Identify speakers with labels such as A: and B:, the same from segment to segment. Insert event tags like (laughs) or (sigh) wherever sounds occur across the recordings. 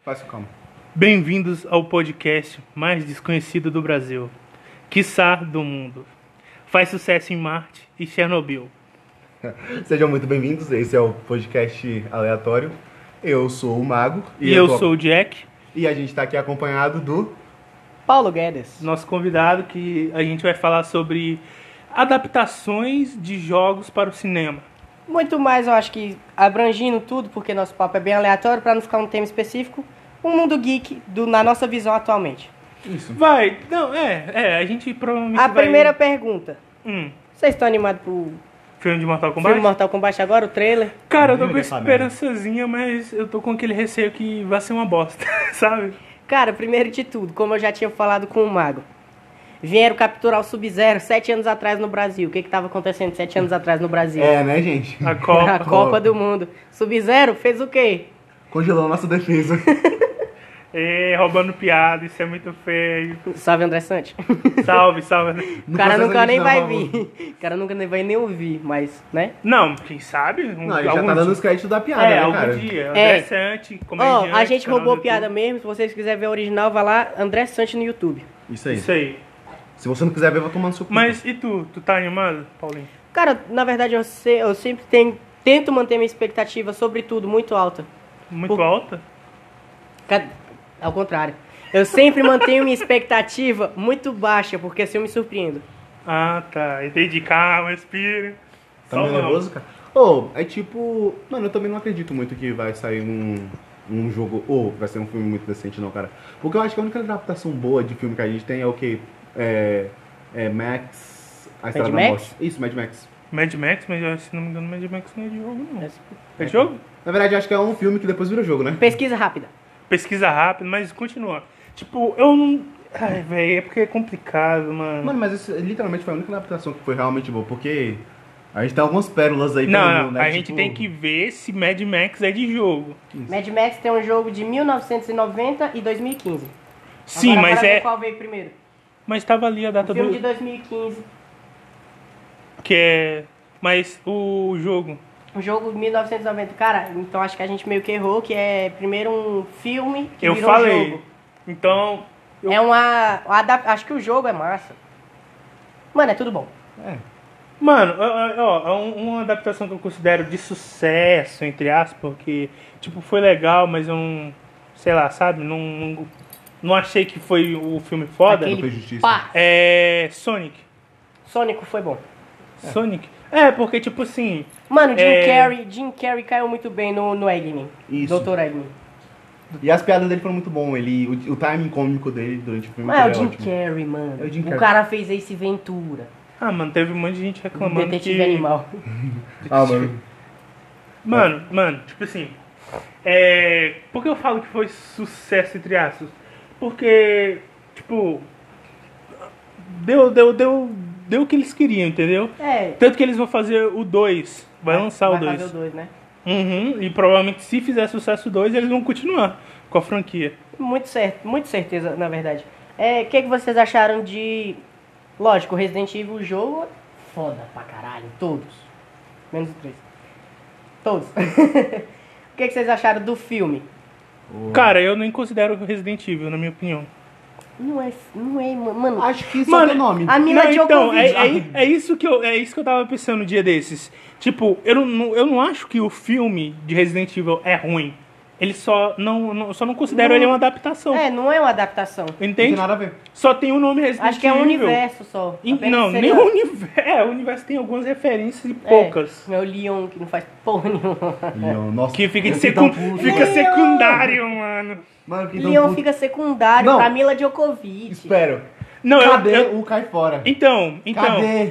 A: Faz como?
B: Bem-vindos ao podcast mais desconhecido do Brasil, quiçá do mundo. Faz sucesso em Marte e Chernobyl.
A: Sejam muito bem-vindos, esse é o podcast aleatório. Eu sou o Mago.
B: E, eu
A: tô-
B: sou o Jack,
A: E a gente tá aqui acompanhado do...
C: Paulo Guedes.
B: nosso convidado, que a gente vai falar sobre adaptações de jogos para o cinema.
C: Muito mais, eu acho que abrangindo tudo, porque nosso papo é bem aleatório, para não ficar um tema específico, o mundo geek do, na nossa visão atualmente.
A: Isso.
B: Vai, não, é, é, a gente provavelmente
C: A
B: vai...
C: primeira pergunta.
B: Hum,
C: Vocês estão animados pro
B: filme de Mortal Kombat?
C: filme Mortal Kombat agora, o trailer?
B: Cara, eu tô com
A: Deveria tá
B: esperançazinha, mas eu tô com aquele receio que vai ser uma bosta, (laughs) sabe?
C: Cara, primeiro de tudo, como eu já tinha falado com o Mago, vieram capturar o Sub-Zero sete anos atrás no Brasil. O que estava acontecendo sete anos atrás no Brasil?
A: É, né, gente?
B: A
C: (laughs) A
B: Copa.
C: Copa do Mundo. Sub-Zero fez o quê?
A: Congelou a nossa defesa.
B: É, roubando piada, isso é muito feio.
C: Salve, André Sante.
B: Salve, salve.
C: O cara
A: processo a
C: nunca
A: gente
C: nem
A: não
C: vai
A: falou.
C: vir. O cara nunca nem vai nem ouvir, mas, né?
B: Não, quem sabe? Um,
A: Não, a gente já
B: algum
A: tá dando
B: dia.
A: os créditos da piada,
B: É,
A: né,
B: algum
A: cara?
B: dia.
C: É.
B: Interessante,
C: Ó,
B: comediante.
C: a gente
B: canal
C: roubou
B: do
C: piada
B: YouTube.
C: mesmo. Se vocês quiserem ver a original, vai lá, André Sante no YouTube.
A: Isso aí.
B: Isso aí.
A: Se você não quiser ver, eu vou tomar no seu cu.
B: Mas e tu? Tu tá animado, Paulinho?
C: Cara, na verdade, eu, se- eu sempre tenho- tento manter minha expectativa, sobretudo, muito alta.
B: Muito
C: Pô.
B: alta?
C: Ca- Ao contrário. Eu sempre mantenho minha expectativa muito baixa, porque assim eu me surpreendo.
B: Ah, tá. Entendi. Calma, respira.
A: Tá
B: Só
A: meio
B: não.
A: nervoso, cara? Ô, é tipo... Mano, eu também não acredito muito que vai sair um... Um jogo... Ou vai ser um filme muito decente, não, cara. Porque eu acho que a única adaptação boa de filme que a gente tem é o quê? É... É Max... A Estrada da
C: Max?
A: Morte. Isso, Mad Max.
B: Mad Max, mas eu- se não me engano, Mad Max não é de jogo, não. É,
C: É.
B: jogo?
A: Na verdade, eu acho que é um filme que depois vira jogo, né?
C: Pesquisa rápida.
B: Pesquisa rápida, mas continua. Tipo, eu não. Ai, velho, é porque é complicado, mano.
A: Mano, mas isso, é literalmente foi a única adaptação que foi realmente boa, porque a gente tem algumas pérolas aí pelo
B: não,
A: mundo,
B: não,
A: né?
B: a
A: Tipo,
B: gente tem que ver se Mad Max é de jogo.
C: Mad Max tem um jogo de 1990 e 2015.
B: Sim,
C: Agora,
B: mas
C: bora ver
B: é. Tá
C: Qual veio primeiro?
B: Mas tava ali a data
C: O filme
B: do.
C: de 2015,
B: Que é. Mas o jogo.
C: o um jogo de 1990. Cara, então acho que a gente meio que errou, que é primeiro um filme que
B: eu
C: virou um
B: falei.
C: jogo.
B: Então.
C: É uma. adap- Acho que o jogo é massa. Mano, é tudo bom.
A: É.
B: Mano, ó, ó, ó, um- uma adaptação que eu considero de sucesso, entre aspas, porque, tipo, foi legal, mas eu não. Sei lá, sabe? Não, não, não achei que foi o filme foda.
A: Não fez
C: Aquele
A: Tá justiça.
C: pá.
B: É. Sonic.
C: Sônico foi bom.
B: Sonic. É, porque, tipo assim.
C: Mano, Jim
B: É.
C: Carrey, Jim Carrey caiu muito bem no, no Eggman.
A: Isso.
C: Doutor Eggman.
A: E as piadas dele foram muito bom, ele, o, o timing cômico dele durante o filme
C: Mas é o
A: é
C: Jim
A: ótimo.
C: Carrey, mano.
A: É o Jim Carrey.
C: O cara fez Ace Ventura.
B: Ah, mano, teve um monte de gente reclamando.
C: Detetive
B: que...
C: Animal. (laughs)
A: Ah, mano.
B: Mano, mano, tipo assim. É. Por que eu falo que foi sucesso entre aspas? Porque, tipo. Deu, deu, deu. Deu o que eles queriam, entendeu?
C: É.
B: Tanto que eles vão fazer o 2. Vai, lançar o
C: Vai
B: 2.
C: fazer o 2, né?
B: Uhum, e provavelmente se fizer sucesso o 2, eles vão continuar com a franquia.
C: Muito certo, muito certeza, na verdade. É, o que, que vocês acharam de. Lógico, Resident Evil, o jogo é foda pra caralho, todos. Menos o 3. Todos. (laughs) o que, que vocês acharam do filme?
B: Cara, eu nem considero Resident Evil, na minha opinião.
C: Não é. Não é, ma- mano.
A: Acho que só
B: Mano,
A: tem nome.
C: a minha
B: Não,
C: de
B: então, é,
C: Djokovic.
B: é, é isso que eu, é isso que eu tava pensando no dia desses. Tipo, eu não- não, eu não acho que o filme de Resident Evil é ruim. Ele só não, não- só não considero
C: Não.
B: ele uma adaptação.
C: É, não é uma adaptação.
A: Não tem
B: Entende?
A: nada a ver.
B: Só tem o nome Resident
C: Acho que é um
B: Evil.
C: universo só.
B: E-
C: Apenas
B: não,
C: seria-
B: nem o universo. É, o universo tem algumas referências e
C: É,
B: poucas.
C: É o Leon que não faz porra
A: (laughs)
C: nenhuma.
A: Leon, nossa.
B: Tá. É. Que fica, de
A: esse tão
B: secu
A: um puto.
B: fica
C: Leon!
B: secundário, mano.
A: Mano, que tão
C: Leon
A: puto.
C: fica secundário
A: Não.
C: pra Mila Djokovic.
A: Espero.
B: Não, eu-
A: Cadê
B: eu-
A: o Cai Fora?
B: Então, então.
A: Cadê?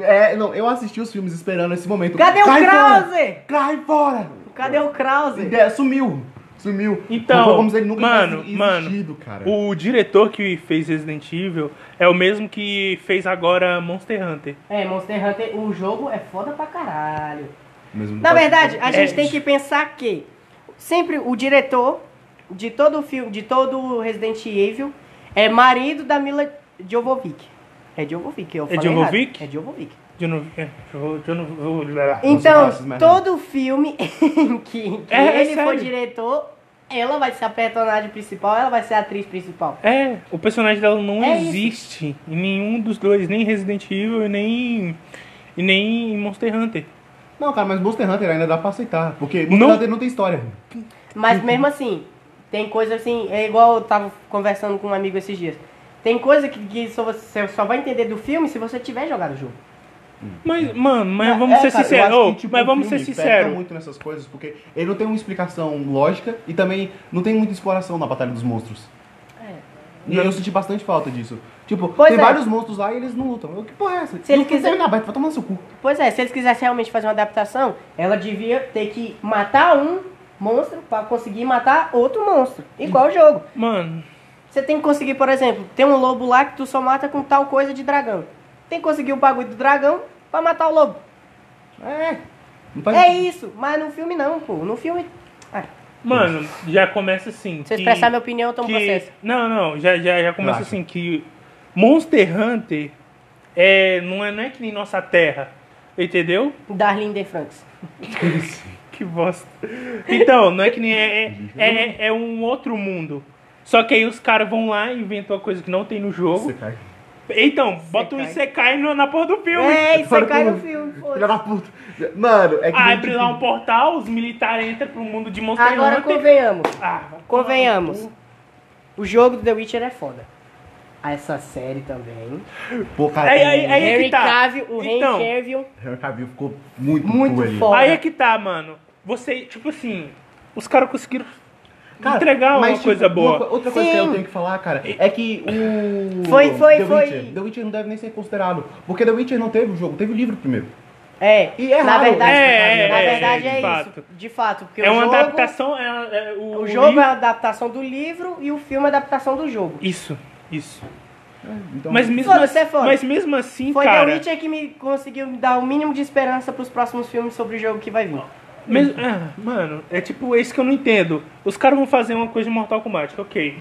A: É, não, eu assisti os filmes esperando esse momento.
C: Cadê o
A: Cai fora!
C: Krause?
A: Cai fora!
C: Cadê o Krause?
A: É, sumiu. Sumiu.
B: Então,
A: Foi como se ele nunca
B: mano,
A: tivesse
B: mano,
A: existido, cara.
B: O diretor que fez Resident Evil é o mesmo que fez agora Monster Hunter.
C: É, Monster Hunter, o jogo é foda pra caralho.
A: Mas não
C: Na
A: faz-
C: verdade, a gente
B: É.
C: tem que pensar que sempre o diretor de todo o filme, de todo o Resident Evil, é marido da Mila Jovovich. É Jovovich, eu
B: É
C: falei
B: Jovovich?
C: errado. É Jovovich.
B: De novo. é, eu vou- eu não vou-
A: sei falar
C: Então,
A: essas merdas.
C: todo filme (laughs) em que, que
B: É, é
C: ele
B: sério.
C: foi diretor Ela vai ser a personagem principal, ela vai ser a atriz principal.
B: É, o personagem dela não
C: É isso.
B: existe em nenhum dos dois, nem Resident Evil e nem, e nem em Monster Hunter.
A: Não, cara, mas Monster Hunter ainda dá pra aceitar. Porque Monster
B: Não.
A: Hunter não tem história.
C: Mas mesmo assim, tem coisa assim, é igual eu tava conversando com um amigo esses dias. Tem coisa que, que só você só vai entender do filme se você tiver jogado o jogo.
B: Mas, mano, mas
C: Não,
B: vamos
C: é,
B: ser
C: cara, eu
B: sinceros.
A: acho
B: Ô,
A: que, tipo,
B: mas
A: o
C: um
B: vamos ser
A: filme peca
B: sinceros.
A: muito nessas coisas, porque ele não tem uma explicação lógica e também não tem muita exploração na Batalha dos Monstros. E eu senti bastante falta disso. Tipo,
C: É. Pois
A: tem
C: é.
A: vários monstros lá e eles não lutam. Eu, que porra é essa?
C: Se ele
A: Não tem
C: quiser-
A: nada aberto, vai tomar no seu cu.
C: Pois é, se eles quisessem realmente fazer uma adaptação, ela devia ter que matar um monstro pra conseguir matar outro monstro. Igual o jogo.
B: Mano,
C: Você tem que conseguir, por exemplo, tem um lobo lá que tu só mata com tal coisa de dragão. Tem que conseguir o bagulho do dragão pra matar o lobo.
A: É. Não faz-
C: É isso, mas no filme não, pô. No filme. Ah,
B: mano, já começa assim.
C: se eu
B: que-
C: expressar minha opinião, eu tomo
B: que-
C: processo.
B: Não, não, já, já, já começa
A: Relaxa.
B: assim que Monster Hunter é, não, é, não é que nem nossa terra, entendeu?
C: Darlene de Franks.
B: Que bosta. Então, não é que nem é, é, é, é um outro mundo. Só que aí os caras vão lá e inventam uma coisa que não tem no jogo.
A: Você cai.
B: Então, bota o
C: Isekai.
B: Isekai no- na porra do filme.
C: É, isso aí
A: Agora
C: cai
A: eu-
C: no filme, pô.
A: Filha da puta. Mano, é que.
B: Abre lá um portal, os militares entram pro mundo de Monster
C: Agora
B: Hunter.
C: convenhamos.
B: Ah, vai
C: Convenhamos. O jogo do The Witcher é foda. Ah, Essa série também.
A: Pô, cara,
B: Aí, aí, aí é
C: Henry
B: que tá.
C: Cavill, o
B: Então.
C: Henry Cavill.
A: o Henry Cavill ficou muito,
C: Muito
A: cool ali.
C: foda.
B: Aí é que tá, mano. Você, tipo assim, os caras conseguiram
A: Cara,
B: entregar uma
A: mas, tipo,
B: coisa boa.
A: co- outra coisa que
C: Sim.
A: eu tenho que falar, cara, é que o.
C: Foi, foi,
A: The
C: foi.
A: Witcher, The Witcher não deve nem ser considerado. Porque The Witcher não teve o jogo, teve o livro primeiro.
C: É,
A: E é
C: na
A: raro,
C: verdade,
B: é,
C: na
B: é,
C: verdade
B: é,
C: é,
B: de
C: isso.
B: fato.
C: De fato, porque
B: É
C: o
B: uma
C: jogo,
B: adaptação. É, é, o,
C: o jogo
B: livro-
C: é a adaptação do livro e o filme é a adaptação do jogo.
B: Isso, isso.
A: Então,
B: Mas mesmo,
C: Foda-se, é foda.
B: mas mesmo assim,
C: Foi
B: cara.
C: The Witcher que me conseguiu me dar o mínimo de esperança pros próximos filmes sobre o jogo que vai vir.
B: Mesmo, ah, mano, é tipo, é isso que eu não entendo. Os caras vão fazer uma coisa de Mortal Kombat, ok.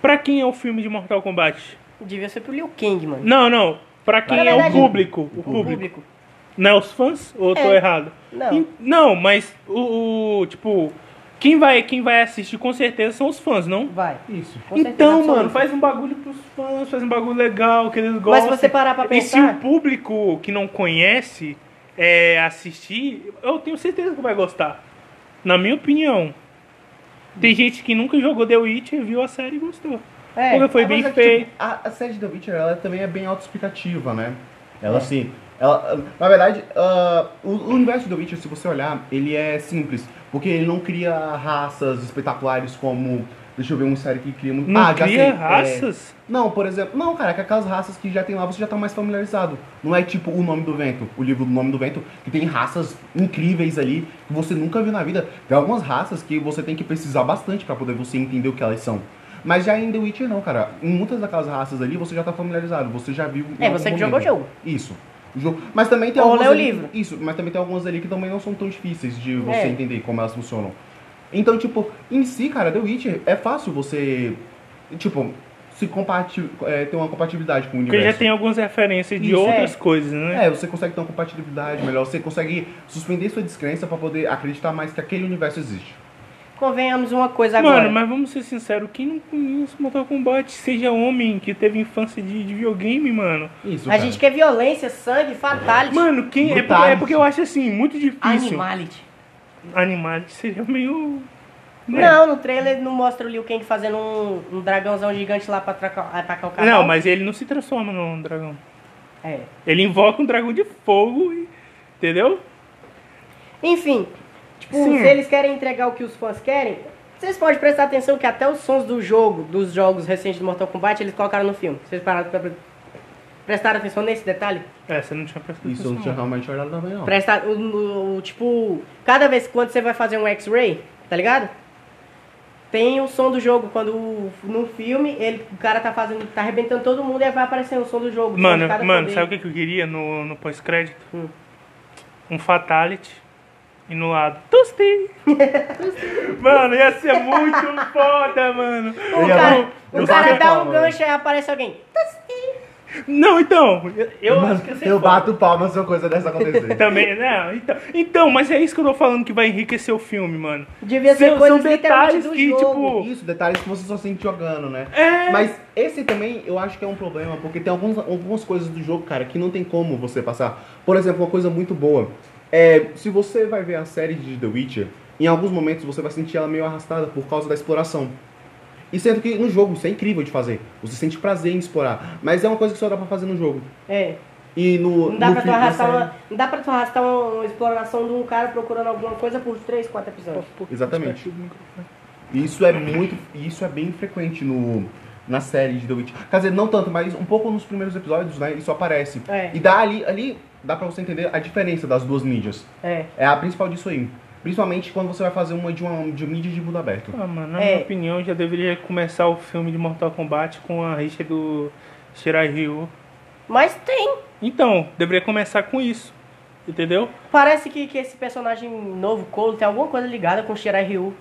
B: Pra quem é o filme de Mortal Kombat?
C: Devia ser pro Liu Kang, mano.
B: Não, não. Pra quem
C: Na
B: é o
C: verdade,
B: público? O
C: O
B: público. Não é os fãs? Ou eu tô
C: É.
B: errado?
C: Não.
B: E- não, mas o, o- Tipo, quem vai, quem vai assistir com certeza são os fãs, não?
C: Vai.
A: Isso.
C: Com certeza
B: Então,
C: absoluta.
B: mano, faz um bagulho pros fãs, faz um bagulho legal, que eles gostam.
C: Mas se você parar pra
B: E se o
C: pensar,
B: público que não conhece é, assistir, eu tenho certeza que vai gostar. Na minha opinião. Tem gente que nunca jogou The Witcher, viu a série e gostou.
C: É,
B: Porque foi
A: Ah, mas
B: bem
A: é que,
B: feito.
A: tipo, a, a série de The Witcher ela também é bem autoexplicativa, né? Ela assim. Ela, na verdade, ah, o, o universo de The Witcher, se você olhar, ele é simples. Porque ele não cria raças espetaculares como. Deixa eu ver uma série que cria muito.
B: Não
A: ah, já
B: cria
A: sei, é,
B: raças.
A: não, por exemplo. Não, cara, é que aquelas raças que já tem lá você já tá mais familiarizado. Não é tipo O Nome do Vento, o livro do Nome do Vento, que tem raças incríveis ali que você nunca viu na vida. Tem algumas raças que você tem que pesquisar bastante pra poder você entender o que elas são. Mas já em The Witcher não, cara. Em muitas daquelas raças ali você já tá familiarizado, você já viu. em
C: É,
A: algum
C: você que
A: momento.
C: jogou o jogo.
A: Isso. O jogo. Mas também tem
C: Ou
A: algumas.
C: lê o
A: ali-
C: livro.
A: Isso, mas também tem algumas ali que também não são tão difíceis de você
C: É.
A: entender como elas funcionam. Então, tipo, em si, cara, The Witcher é fácil você. Tipo, se compati é, ter uma compatibilidade com o
B: Porque
A: universo.
B: já tem algumas referências de
C: Isso,
B: outras
C: é.
B: coisas, né?
A: É, você consegue ter uma compatibilidade melhor, você consegue suspender sua descrença pra poder acreditar mais que aquele universo existe.
C: convenhamos uma coisa É, agora.
B: Mano, mas vamos ser sinceros, quem não conhece Mortal Kombat, seja homem que teve infância de, de videogame, mano.
A: Isso,
C: A
A: cara.
C: gente quer violência, sangue, fatality,
B: Mano, quem é, por-
A: Brutality.
B: é porque eu acho assim, muito difícil.
C: animality.
B: Animais (laughs) seria meio. né?
C: Não, no trailer não mostra o Liu Kang fazendo um, um dragãozão gigante lá pra tracar- atacar o cavalo.
B: Não, mas ele não se transforma num dragão.
C: É.
B: Ele invoca um dragão de fogo, e- entendeu?
C: Enfim, tipo,
B: Sim.
C: se eles querem entregar o que os fãs querem, vocês podem prestar atenção que até os sons do jogo, dos jogos recentes do Mortal Kombat, eles colocaram no filme. Vocês pararam pra... Prestaram atenção nesse detalhe?
B: É, você não tinha prestado
A: Isso eu não tinha
B: atenção.
A: realmente olhado também, não.
C: Presta, o- o- o- tipo, cada vez que quando você vai fazer um X-ray, tá ligado? Tem o som do jogo quando o- no filme ele, o cara tá fazendo, tá arrebentando todo mundo e aí vai aparecer o som do jogo. o som de
B: Mano,
C: cada
B: mano
C: poder.
B: sabe o que que eu queria no, no pós-crédito?
C: Hum.
B: Um Fatality e no lado, Tosti! mano, ia ser muito foda, mano.
C: O
A: Eu ia
C: cara,
A: dar-
C: o
A: eu
C: cara
A: ia
C: dá
A: falar,
C: um
A: mano.
C: gancho e aparece alguém.
B: Não, então, eu- eu acho que ia ser
A: eu
B: foda.
A: bato palmas se uma coisa dessa
C: (laughs)
A: acontecer.
B: Também, não, então, então, mas é isso que eu tô falando que vai enriquecer o filme, mano.
C: Devia ser
B: São-
C: coisa
B: são
C: literalmente
B: detalhes
C: do
B: que,
C: jogo.
B: tipo-
A: Isso, detalhes que você só sente jogando, né?
B: É,
A: Mas esse também eu acho que é um problema, porque tem alguns, algumas coisas do jogo, cara, que não tem como você passar. Por exemplo, uma coisa muito boa. É, se você vai ver a série de The Witcher, em alguns momentos você vai sentir ela meio arrastada por causa da exploração. E sendo que no jogo isso é incrível de fazer. Você sente prazer em explorar. Mas é uma coisa que só dá pra fazer no jogo.
C: É.
A: E no.
C: Não dá,
A: no
C: pra tu
A: filme, na
C: arrastar
A: série-
C: uma, não dá pra tu arrastar uma exploração de um cara procurando alguma coisa por 3, 4 episódios.
A: Exatamente. Isso é muito. Isso é bem frequente no, na série de The Witch. Quer dizer, não tanto, mas um pouco nos primeiros episódios, né? Isso aparece.
C: É,
A: E dá ali, ali dá pra você entender a diferença das duas mídias.
C: é.
A: É a principal disso aí. Principalmente quando você vai fazer uma de uma de um mídia de mundo aberto.
B: Ah, mano, na
C: É.
B: minha opinião, já deveria começar o filme de Mortal Kombat com a rixa do Shirai Ryu.
C: Mas tem.
B: Então, deveria começar com isso. Entendeu?
C: Parece que, que esse personagem novo, Cole, tem alguma coisa ligada com o Shirai Ryu.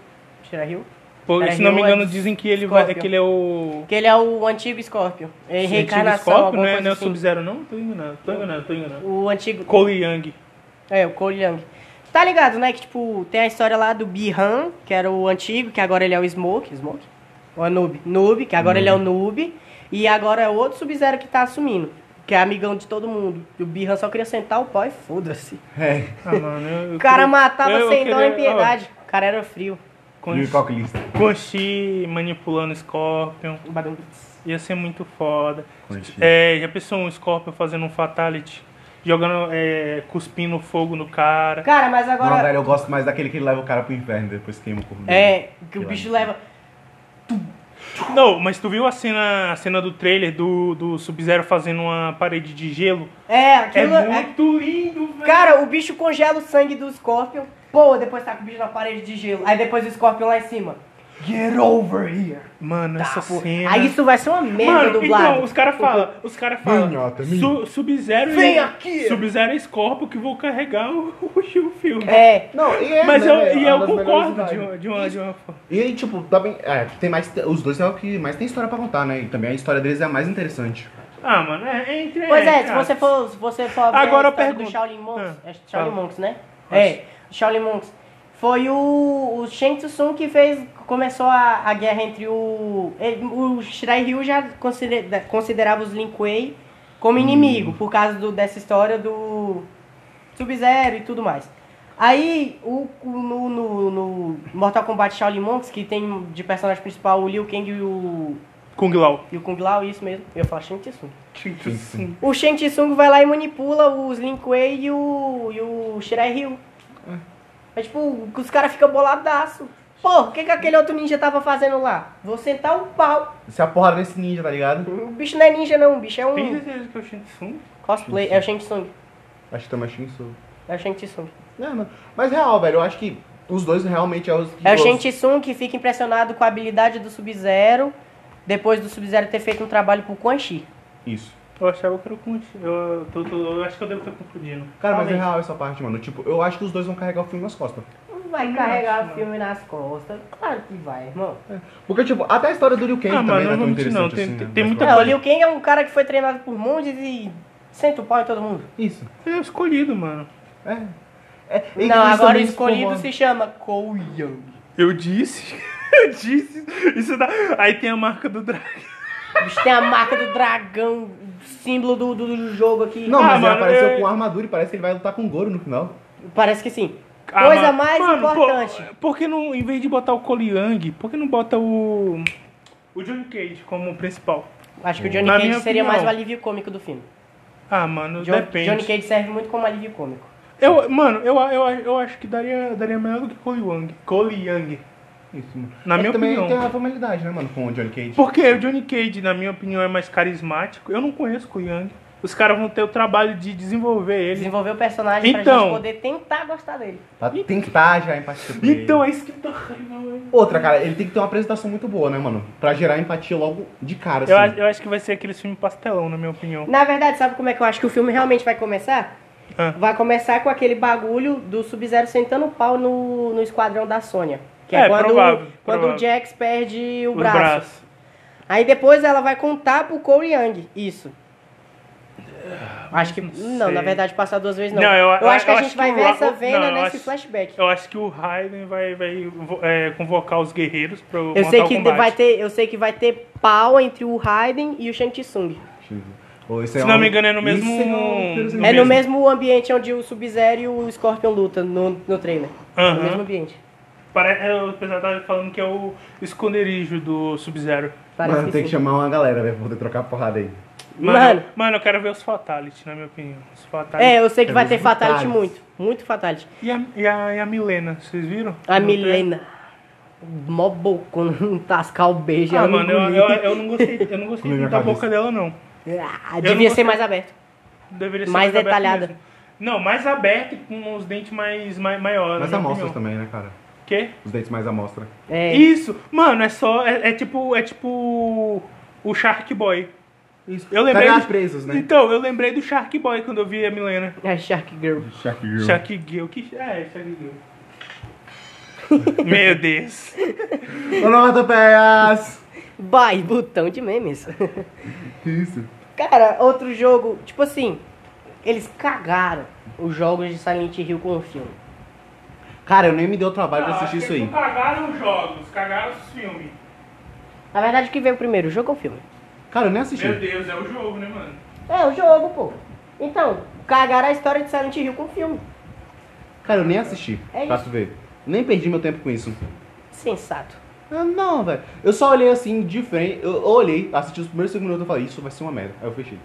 C: Shirai Ryu?
B: Por-
C: Shirai
B: se não me
C: Ryu é
B: engano,
C: do
B: dizem que ele,
C: Scorpion.
B: vai, que ele é o.
C: Que ele é o antigo Scorpion. É
B: antigo
C: reencarnação,
B: Scorpion,
C: alguma
B: né?
C: coisa
B: Não é o
C: assim.
B: Sub-Zero, não? Tô enganando, tô enganando, tô enganando.
C: O antigo...
B: Cole Young.
C: É, o Cole Young. Tá ligado, né? Que, tipo, tem a história lá do Bi-Han, que era o antigo, que agora ele é o Smoke. Smoke? Ou é Noob? Noob, que agora ele é o Noob. E agora é outro Sub-Zero que tá assumindo. Que é amigão de todo mundo. E o Bi-Han só queria sentar o pau e foda-se.
A: É,
B: Ah, mano, eu, eu
C: O cara
B: queria-
C: matava
B: eu- eu
C: sem dó
B: queria-
C: nem piedade. O cara era
B: ó,
C: frio.
A: e o
B: Conchi-
A: calculista.
B: Conchi manipulando Scorpion.
C: O Um bagulho.
B: Ia ser muito foda.
A: Conchi.
B: É, já pensou um Scorpion fazendo um Fatality? Jogando, é, cuspindo fogo no cara.
C: Cara, mas
A: Não,
C: agora.
A: velho, eu gosto mais daquele que leva o cara pro inferno e depois queima o corpo dele.
C: É, que o bicho leva.
B: Não, mas tu viu a cena, a cena do trailer do, do Sub-Zero fazendo uma parede de gelo?
C: É, aquilo.
B: é
C: é-
B: muito lindo, velho.
C: Cara, o bicho congela o sangue do Scorpion. Pô, depois tá com o bicho na parede de gelo. Aí depois o Scorpion lá em cima. Get over here.
B: Mano, essa
C: Tá, Pô,
B: cena.
C: Aí isso vai ser uma merda
B: né? Mano,
C: dublado.
B: então, os caras falam, os caras falam,
A: Minhota,
B: Su- Sub-Zero
C: Vem
B: e-
C: aqui!
B: Sub-Zero é Scorpion que vou carregar o, (laughs) o filme.
C: É.
A: Não, e é,
B: Mas
A: né,
B: eu,
A: velho,
B: e
A: uma
B: eu
A: das melhores
B: concordo
A: idades.
B: de uma, de uma, de uma forma.
A: E aí, tipo, também. É, tem mais. Os dois é o que mais tem história pra contar, né? E também a história deles é a mais interessante.
B: Ah, mano, é, é entre
C: Pois é, se
B: cara.
C: você for, se você for ver
B: Agora
C: a história
B: eu pergunto.
C: do Shaolin Monks,
B: Ah,
C: é Shaolin
B: fala.
C: Monks, né?
B: Acho.
C: É, Shaolin Monks. Foi o, o Shang Tsung que fez, começou a, a guerra entre o... ele- O Shirai Ryu já consider- da- considerava os Lin Kuei como
B: Hum.
C: inimigo, por causa do- dessa história do Sub-Zero e tudo mais. Aí, o, o- no, no, no Mortal Kombat Shaolin Monks, que tem de personagem principal o Liu Kang e o,
B: Kung Lao.
C: e o Kung Lao, isso mesmo, eu ia falar Shang Tsung.
A: Sim, sim.
C: O Shang Tsung vai lá e manipula os Lin Kuei e o, e o Shirai Ryu. É tipo, os caras ficam boladaço. Pô, o que, que aquele outro ninja tava fazendo lá? Vou sentar o pau.
A: Se a porrada nesse ninja, tá ligado?
C: O bicho não é ninja não, o bicho é
B: Tem
C: um
B: certeza que é o Shang Tsung?
C: cosplay. É o Shang Tsung.
A: Acho que também acho isso.
C: É o Shang Tsung.
A: É, mano. Mas real, velho, eu acho que os dois realmente é os. que
C: É o
A: os-
C: Shang Tsung que fica impressionado com a habilidade do Sub-Zero, depois do Sub-Zero ter feito um trabalho pro Quan Chi.
A: Isso.
B: Eu achava que era o Kung Lao. Eu, tô- tô- eu acho que eu devo estar confundindo.
A: Cara, mas é
C: Talvez.
A: real essa parte, mano. Tipo, eu acho que os dois vão carregar o filme nas costas.
C: Não Vai
B: Não
C: carregar
B: acho,
C: o
B: não.
C: filme nas costas. Claro que vai, irmão.
A: Porque, tipo, até a história do Liu Kang
B: Ah,
A: também
B: mano,
A: não é
B: não
A: tão
B: vou mentir,
A: interessante
B: não. Tem-
A: assim,
B: tem-
A: né?
B: tem
A: Mas
B: muita
A: vai
C: É,
A: lá.
C: o Liu Kang é um cara que foi treinado por monges e senta o pau em todo mundo.
A: Isso.
B: Ele é o escolhido, mano.
A: tipo, É. é e isso
C: Não, agora o
A: também
C: escolhido
A: incomoda.
C: se chama Cole Young.
B: Eu disse. (laughs) Eu disse. Isso dá. Aí tem a marca do dragão.
C: O bicho tem a marca do dragão, o símbolo do, do, do jogo aqui.
A: Não,
B: Ah,
A: mas ele
B: mano,
A: apareceu
B: é-
A: com armadura e parece que ele vai lutar com o Goro no final.
C: Parece que sim.
B: Ah,
C: Coisa
B: mano.
C: mais
B: Mano, por-
C: importante.
B: Por, que não, em vez de botar o Cole Young, por que não bota o. O Johnny Cage como principal?
C: Acho que o Johnny
B: Na
C: Cage
B: minha
C: seria
B: opinião.
C: mais o alívio cômico do filme.
B: Ah, mano,
C: John-
B: depende.
C: Johnny Cage serve muito como alívio cômico.
B: Eu, mano, eu, eu, eu acho que daria, daria melhor do que Cole Young. Cole Young.
A: Isso, mano.
B: Na
A: É que
B: minha
A: também
B: opinião.
A: tem a formalidade, né, mano, com o Johnny Cage.
B: Porque o Johnny Cage, na minha opinião, é mais carismático. Eu não conheço o Young. Os caras vão ter o trabalho de desenvolver ele.
C: Desenvolver o personagem pra
B: Então.
C: gente poder tentar gostar dele.
A: Pra tentar já empatia com ele.
B: Então é isso que eu tô
C: Assim.
B: falando.
A: Outra, cara, ele tem que ter uma apresentação muito boa, né, mano? Pra gerar empatia logo de cara,
B: Eu,
A: assim.
B: a- eu acho que vai ser aquele filme pastelão, na minha opinião.
C: Na verdade, sabe como é que eu acho que o filme realmente vai começar?
B: Ah.
C: Vai começar com aquele bagulho do Sub-Zero sentando o pau no, no esquadrão da Sônia. Que é,
B: É,
C: quando,
B: provável,
C: quando
B: provável.
C: o Jax perde o,
B: O
C: braço. Aí depois ela vai contar pro Cole Young isso. Acho que. Não,
B: sei.
C: na verdade, passar duas vezes não.
B: Não, eu- eu
C: acho que a
B: acho
C: gente
B: que
C: vai
B: o
C: ver
B: Ra-
C: essa
B: não,
C: venda
B: eu
C: nesse
B: acho-
C: flashback.
B: Eu acho que o Raiden vai, vai vo- é, convocar os guerreiros pra
C: Eu sei,
B: montar o
C: que
B: combate.
C: vai ter, eu sei que vai ter pau entre o Raiden e o Shang Tsung.
A: Ou isso
B: Se
A: é
B: não
A: um-
B: me engano, é no
A: isso
B: mesmo-
A: um-
B: No
C: é no
B: mesmo.
C: mesmo ambiente onde o Sub-Zero e o Scorpion lutam no, no trailer. É
B: Aham.
C: No mesmo ambiente.
B: Pare- é, O pessoal tava falando que é o esconderijo do Sub-Zero.
C: Parece
A: Mano, tem que
C: sim.
A: chamar uma galera, velho, pra poder trocar porrada aí.
C: Mano,
B: mano, tá eu quero ver os Fatality, na minha opinião. Os Fatality.
C: é, eu sei que vai ter
A: Tem
C: Fatality
A: detalhes.
C: muito. Muito Fatality.
B: E, a, e, a, e a Milena, vocês viram?
C: A
B: Não
C: Milena. Mó boca, não (laughs) tascar o beijo.
B: tem? Ah,
C: ela
B: mano, eu,
C: engolir.
B: eu, eu não gostei, eu não gostei
A: Comeu minha
B: muito da
A: cabeça.
B: boca dela, não.
C: Ah,
B: eu
C: devia
B: não
C: ser
B: gostei.
C: mais aberto.
B: Deveria ser
C: Mais
B: aberta
C: detalhada.
B: mesmo. Não, mais aberta e com os dentes mais, mais maiores.
A: Mas amostras também, né, cara?
B: Quê?
A: Os dentes mais amostra.
C: É,
B: Isso! Mano, é só. É, é tipo. É tipo. O Shark Boy. Eu lembrei.
A: Tá
B: do-
A: presos, né?
B: Então, eu lembrei do Shark Boy quando eu vi a Milena.
C: é Shark Girl.
A: Shark Girl.
B: Shark Gill. Que. É, Shark Gill. (laughs) Meu Deus.
A: Onomatopeias!
C: Bye, botão de memes.
A: (laughs) Que isso?
C: Cara, outro jogo, tipo assim, eles cagaram os jogos de Silent Hill com o filme.
A: Cara, eu nem me deu trabalho
C: Ah,
A: pra assistir isso aí.
B: Cagaram os jogos, cagaram os filmes.
C: Na verdade, o que veio primeiro, o jogo ou o filme?
A: Cara, eu nem assisti.
B: Deus, é o jogo, né, mano?
C: É, o jogo, pô. Então, cagaram a história de Silent Hill com o filme.
A: Cara, eu nem assisti.
C: É
A: pra
C: isso.
A: tu ver. Nem perdi meu tempo com isso.
C: Sensato.
A: Ah, Não, velho. Eu só olhei assim, de frente. Eu olhei, assisti os primeiros cinco minutos e falei, isso vai ser uma merda. Aí eu fechei.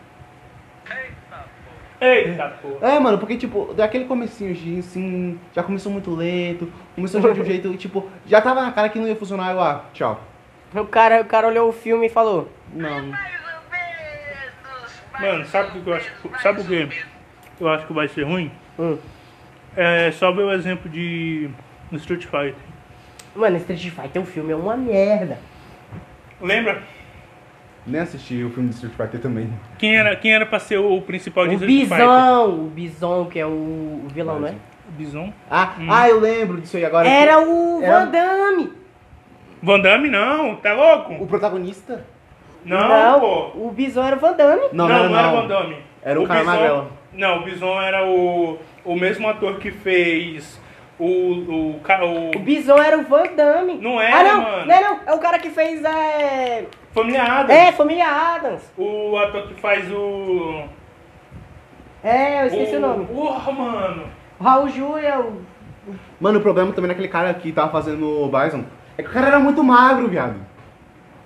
B: Eita porra.
A: É, mano, porque, tipo, daquele comecinho, de, assim, já começou muito lento, começou já de um
C: (laughs)
A: jeito, e, tipo, já tava na cara que não ia funcionar, eu, ah, tchau.
C: O cara, o cara olhou o filme e falou:
A: Não.
B: Mano, sabe o que eu acho? Sabe o que eu acho que vai ser ruim?
C: hum,
B: É só ver o exemplo de. No Street Fighter.
C: Mano, Street Fighter, o filme é uma merda.
B: Lembra?
A: Nem assisti o filme de Street Fighter também.
B: Quem era, quem era pra ser o principal de
C: O
B: Street Fighter?
C: Bison, o Bison, que é o o vilão, não é?
B: Bison.
A: Ah, ah, eu lembro disso aí agora.
C: Hum. Era o
A: Era-
C: Van Damme.
B: Van Damme não, tá
A: O
B: louco?
A: protagonista?
B: Não, pô.
C: o Bison era o Van Damme.
A: Não,
B: não,
A: não, não.
B: era Van Damme.
A: Era o cara
B: Bison-
A: magrelo.
B: Não, o Bison era o, o mesmo ator que fez o. o, ca- o
C: O Bison era o Van Damme.
B: Não
C: Ah,
B: era,
C: não,
B: mano.
C: não é não. É o cara que fez é...
B: Família Adams.
C: É, Família Adams.
B: O ator que faz o.
C: É, eu esqueci o, nome.
B: Porra, mano.
C: O Raul Julia, o...
A: Mano, o problema também naquele cara que tava fazendo o Bison é que o cara era muito magro, viado.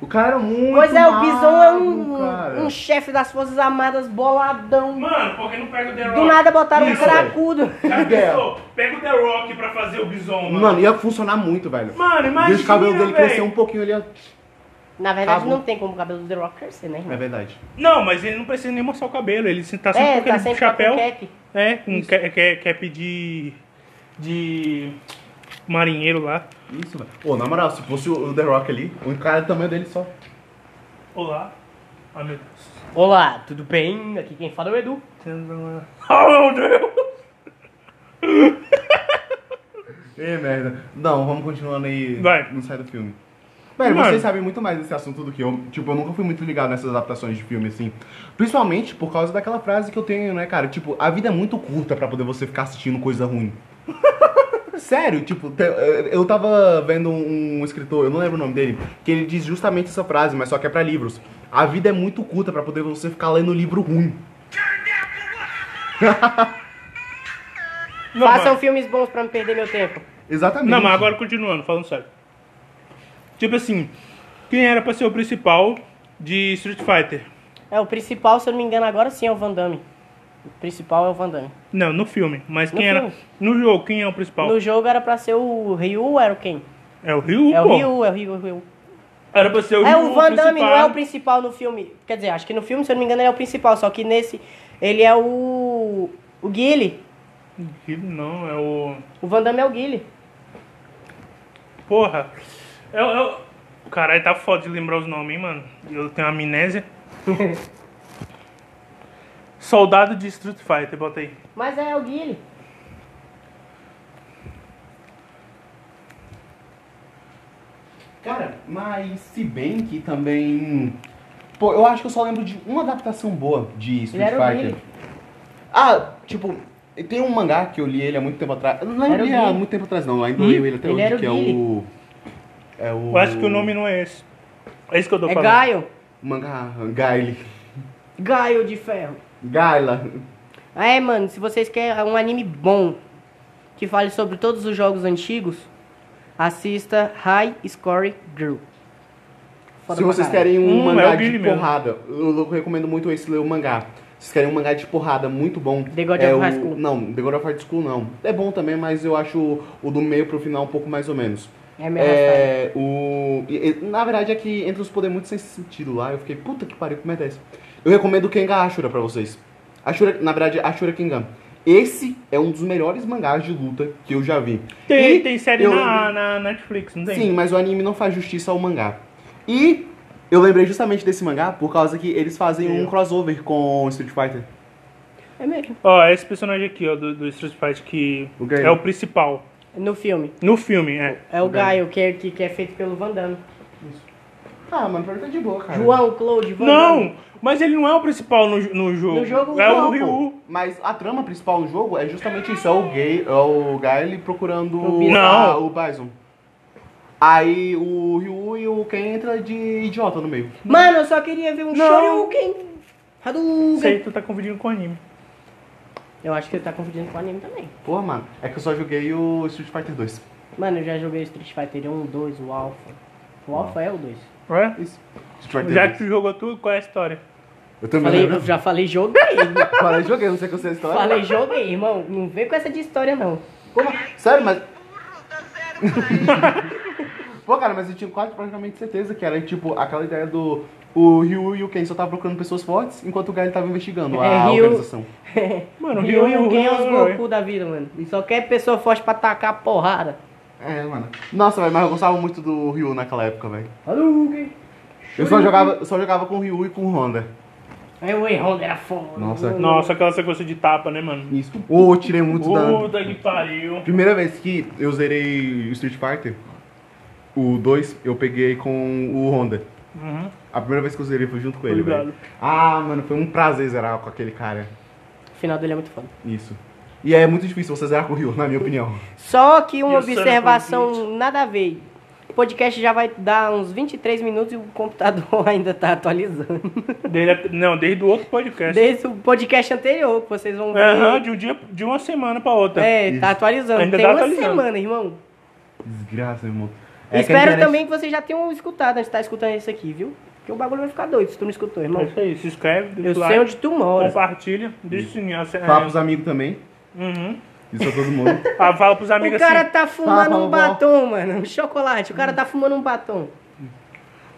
A: O cara era muito
C: Pois é, o Bison é
A: magro,
C: um,
A: cara.
C: um chefe das Forças Armadas boladão.
B: Mano, por que não pega o The Rock?
C: Do nada botaram um
A: Isso,
C: cracudo.
B: Já
A: Ideia.
B: pensou? Pega o The Rock pra fazer o Bison,
C: um
B: mano.
A: Mano, ia funcionar muito, velho.
B: Mano, imagina.
A: Deixa o cabelo dele
B: velho.
A: crescer um pouquinho ali. ó.
C: Na verdade,
A: Acabou.
C: não tem como o cabelo do The Rock crescer, né?
A: É
C: irmão?
A: verdade.
B: Não, mas ele não precisa nem mostrar o cabelo. Ele se- tá sempre
C: É,
B: com aquele
C: tá sempre
B: chapéu.
C: com cap.
B: É, com ca- ca- cap de. de. marinheiro lá.
A: Isso, velho. Pô, na moral, se fosse o The Rock ali, o cara do tamanho dele só.
B: Olá. Ai meu Deus.
C: Olá, tudo bem? Aqui quem fala é o Edu.
B: Oh meu Deus!
A: Ê, merda. Não, vamos continuando aí.
B: Vai.
A: Não sai do filme. Velho,
B: Mano.
A: vocês sabem muito mais desse assunto do que eu. Tipo, eu nunca fui muito ligado nessas adaptações de filme, assim. Principalmente por causa daquela frase que eu tenho, né, cara? Tipo, a vida é muito curta pra poder você ficar assistindo coisa
B: (laughs)
A: ruim. Sério, tipo, te- eu tava vendo um escritor, eu não lembro o nome dele, que ele diz justamente essa frase, mas só que é pra livros. A vida é muito curta pra poder você ficar lendo livro ruim.
B: Não,
C: Façam
B: mas,
C: filmes bons pra não perder meu tempo.
A: Exatamente.
B: não, mas agora continuando, falando sério. Tipo assim, quem era pra ser o principal de Street Fighter?
C: É, o principal, se eu não me engano, agora sim é o Van Damme. O principal é o Van Damme.
B: Não, no filme. Mas
C: No
B: quem era.
C: filme.
B: No jogo, quem é o principal?
C: No jogo era pra ser o Ryu ou era o Ken?
B: É o Ryu,
C: É o
B: pô.
C: Ryu, é o Ryu, é o Ryu.
B: Era pra ser o
C: É
B: Ryu.
C: o Van Damme,
B: principal.
C: não é o principal no filme. Quer dizer, acho que no filme, se eu não me engano, ele é o principal. Só que nesse, ele é o... O Guile.
B: Ryu Não, é o.
C: O Van Damme é o Guile.
B: Porra. É Eu, eu... Caralho, tá foda de lembrar os nomes, hein, mano. Eu tenho
C: (laughs)
B: amnésia. Soldado de Street Fighter, bota aí.
C: Mas é, é o Guile.
A: Cara, mas se bem que também Pô, eu acho que eu só lembro de uma adaptação boa de
C: Ele
A: Street
C: era o
A: Fighter.
C: Billy.
A: Ah, tipo, tem um mangá que eu li ele há muito tempo atrás. Eu não
C: Era o
A: li há
C: Billy.
A: muito tempo atrás, não. Eu ainda
B: Hum?
A: leio ele até
C: Ele
A: hoje,
C: era o
A: que é
C: Billy.
A: o. É o.
B: Eu acho que o nome não é esse. É isso que eu tô
C: É
B: falando.
C: Gaio.
A: Mangá. Gaile.
C: Gaio de ferro.
A: Gaila.
C: Ah, é, mano, se vocês querem um anime bom que fale sobre todos os jogos antigos, assista High Score Girl. Foda
A: Se
C: pra
A: vocês
C: caralho.
A: querem um
B: Hum, é
A: mangá de
B: o Billy mesmo.
A: porrada, eu, eu recomendo muito esse ler o mangá. Se vocês querem um mangá de porrada muito bom.
C: The God
A: é
C: of
A: o...
C: High School.
A: Não, The God of High School não. É bom também, mas eu acho o do meio pro final um pouco mais ou menos.
C: É meio arrastado.
A: É, o... e- e- na verdade é que entre os poderes muito sem sentido lá, eu fiquei, puta que pariu, como é dessa? Eu recomendo o Kenga Ashura pra vocês. Ashura, na verdade, é Ashura Kengan. Esse é um dos melhores mangás de luta que eu já vi.
B: Tem,
A: E
B: tem série
A: eu-
B: na, na Netflix, não tem?
A: Sim, mas o anime não faz justiça ao mangá. E eu lembrei justamente desse mangá por causa que eles fazem um
B: Eu.
A: crossover com Street Fighter.
C: É mesmo.
B: Ó, esse personagem aqui, ó, do, do Street Fighter, que
A: O Gaio.
B: é o principal.
C: No filme.
B: No filme, é.
C: É o
A: O Gaio.
C: Gaio, que, é- que, que é feito pelo Van Damme.
A: Ah, mas pra mim tá de boa, cara.
C: João, Claude, Van Damme.
B: Não! Mas ele não é o principal no, jo- no jogo.
C: No jogo,
B: é
C: não,
B: o
A: Pô,
B: Ryu.
A: Mas a trama principal do jogo é justamente isso, é o gay, é o Gaile procurando
C: O Bison.
A: a-
B: Não.
A: o Bison. Aí o Ryu e o Ken entra de idiota no meio.
C: Mano, eu só queria ver um
B: Não.
C: Shoryuken. Hadouken.
B: Isso aí tu tá confundindo com o anime.
C: Eu acho que ele tá confundindo com o anime também.
A: Porra, mano, é que eu só joguei o Street Fighter 2.
C: Mano, eu já joguei Street Fighter 1, 2, o Alpha. O Alpha é o 2.
B: Ué?
A: Isso. Street
B: Já
A: Fighter 2.
B: que tu jogou tudo, qual é a história?
A: Eu também
C: Falei,
A: lembro.
C: eu já falei
B: (laughs)
C: joguei.
A: (laughs) Falei, joguei, não sei o que eu sei a história.
C: falei joguei, irmão. Não vem com essa de história, não.
A: Porra, sério, mas (laughs)
D: burro da zero pra ele.
A: Pô, cara, mas eu tinha quase praticamente certeza que era tipo aquela ideia do. O Ryu e o Ken só tava procurando pessoas fortes, enquanto o Gaio tava investigando
C: É,
A: a
C: Ryu-
A: organização.
B: Mano, um, o
C: Ryu
B: Ryu
C: e o Ken é os
B: Ryu-
C: Goku da vida, mano. E só quer pessoa forte pra tacar porrada.
A: É, mano. Nossa, velho, mas eu gostava muito do Ryu naquela época, velho.
C: Hadouken.
A: Eu só jogava, eu só jogava com o Ryu e com o Honda.
C: Aí o Honda era foda.
A: Nossa.
B: Nossa, aquela sequência de tapa, né, mano?
A: Isso. Ô, eu tirei muito dano.
B: Puta que pariu.
A: Primeira vez que eu zerei o Street Fighter, o 2, eu peguei com o Honda.
B: Uhum.
A: A primeira vez que eu zerei foi junto com ele,
B: Obrigado.
A: velho. Ah, mano, foi um prazer zerar com aquele cara.
C: O final dele é muito foda.
A: Isso. E é muito difícil você zerar com o Ryu, na minha opinião.
C: Só que
B: E
C: uma
B: o Sonic
C: observação
B: Unleashed?
C: nada a ver. O podcast já vai dar uns 23 minutos e o computador (laughs) ainda tá atualizando.
B: Desde a- não, desde o outro podcast.
C: Desde o podcast anterior, que vocês vão ver.
B: Aham, de um dia, de uma semana pra outra.
C: É, tá atualizando.
B: então. Ainda
C: Tem
B: tá
C: uma
B: atualizando.
C: semana, irmão.
A: Desgraça, meu irmão. É
C: Espero também que vocês já tenham escutado antes de estar escutando isso aqui, viu? Porque o bagulho vai ficar doido se tu não escutou,
B: É
C: irmão.
B: isso aí, se inscreve, deixa
C: Eu
B: o like,
C: sei onde tu mora.
B: compartilha, deixa o sininho. ace-
A: Fala pros
B: é,
A: amigos também.
B: uhum.
A: Isso é todo mundo.
B: Ah, fala pros
C: O
B: amigos
C: cara
B: assim.
C: tá
A: Fala,
C: fumando
A: vovó.
C: um batom, mano. (laughs) Um chocolate. O cara tá fumando um batom.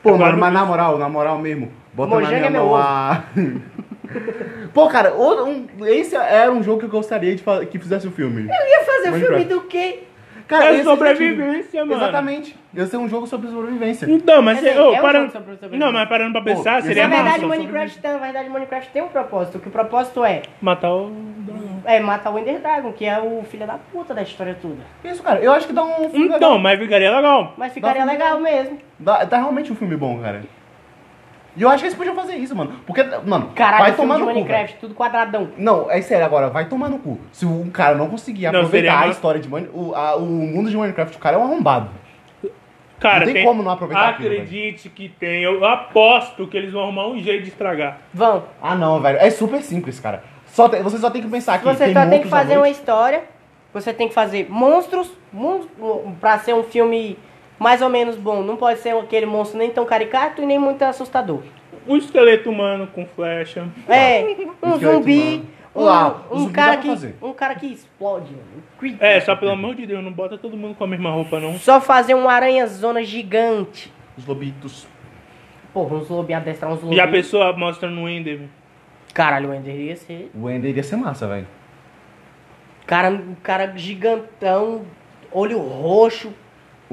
A: Pô,
B: Eu
A: mano,
B: moro
A: mas
B: no-
A: na moral, na moral mesmo. Bota na
C: Mojang
A: minha
C: é meu
A: mão ah.
C: ovo.
A: a. (laughs) Pô, cara, outro- um- esse era um jogo que eu gostaria de fa- que fizesse o filme.
C: Ia fazer filme
A: Minecraft.
C: do quê?
A: Cara,
B: É
A: esse
B: sobrevivência,
A: é o tipo-
B: mano.
A: Exatamente. Ia ser um jogo sobre sobrevivência.
B: Então, mas,
C: Mas aí,
B: se- ô,
C: é um
B: parando-
C: jogo sobre sobrevivência.
B: não, mas parando pra pensar,
A: Pô,
B: seria
C: Na
A: isso é
B: massa. um
C: verdade,
A: massa,
C: Minecraft, tem- na verdade, Minecraft tem um propósito. Que o propósito é,
B: Matar o dragão.
C: é matar o Ender Dragon, que é o filho da puta da história toda.
A: Isso, cara, eu acho que dá um filme
B: Então,
A: legal.
B: mas ficaria legal.
C: Mas ficaria
A: Dá-
C: legal mesmo.
A: Dá, dá realmente um filme bom, cara. E eu acho que eles podiam fazer isso, mano. Porque, mano,
C: Caralho,
A: vai
C: filme
A: tomar
C: de
A: no cu, velho.
C: Minecraft, tudo quadradão.
A: Não, é sério agora, vai tomar no cu. Se um cara não conseguir
B: Não, seria
A: aproveitar a
B: massa.
A: história de Mine, o, a- o mundo de Minecraft, o cara é um arrombado.
B: Cara,
A: Não tem como não né, aproveitar aquilo,
B: Acredite que tem. Eu aposto que eles vão arrumar um jeito de estragar.
C: Vão.
A: Ah não, velho, é super simples, cara. Só te- você só tem que pensar que
C: Você
A: tem um
C: só tem que
A: monstros à
C: fazer uma
A: noite.
C: história, você tem que fazer monstros, mun- um- pra ser um filme mais ou menos bom. Não pode ser aquele monstro nem tão caricato e nem muito assustador.
B: Um esqueleto humano com flecha.
C: É, um
A: esqueleto
C: zumbi,
A: humano.
C: um,
A: Lá, o
C: um
A: zumbi
C: cara
A: dá pra
C: que
A: fazer.
C: um cara que explode, mano. um creep.
B: É, só pelo amor de Deus, não bota todo mundo com a mesma roupa, não.
C: Só fazer uma aranhazona gigante.
A: Os lobitos.
C: Porra, uns lobinhos adestrar uns lobinhos.
B: E a pessoa mostra no Ender.
C: Caralho, o Ender ia ser.
A: O Ender ia ser massa, velho.
C: Cara, um cara gigantão, olho roxo,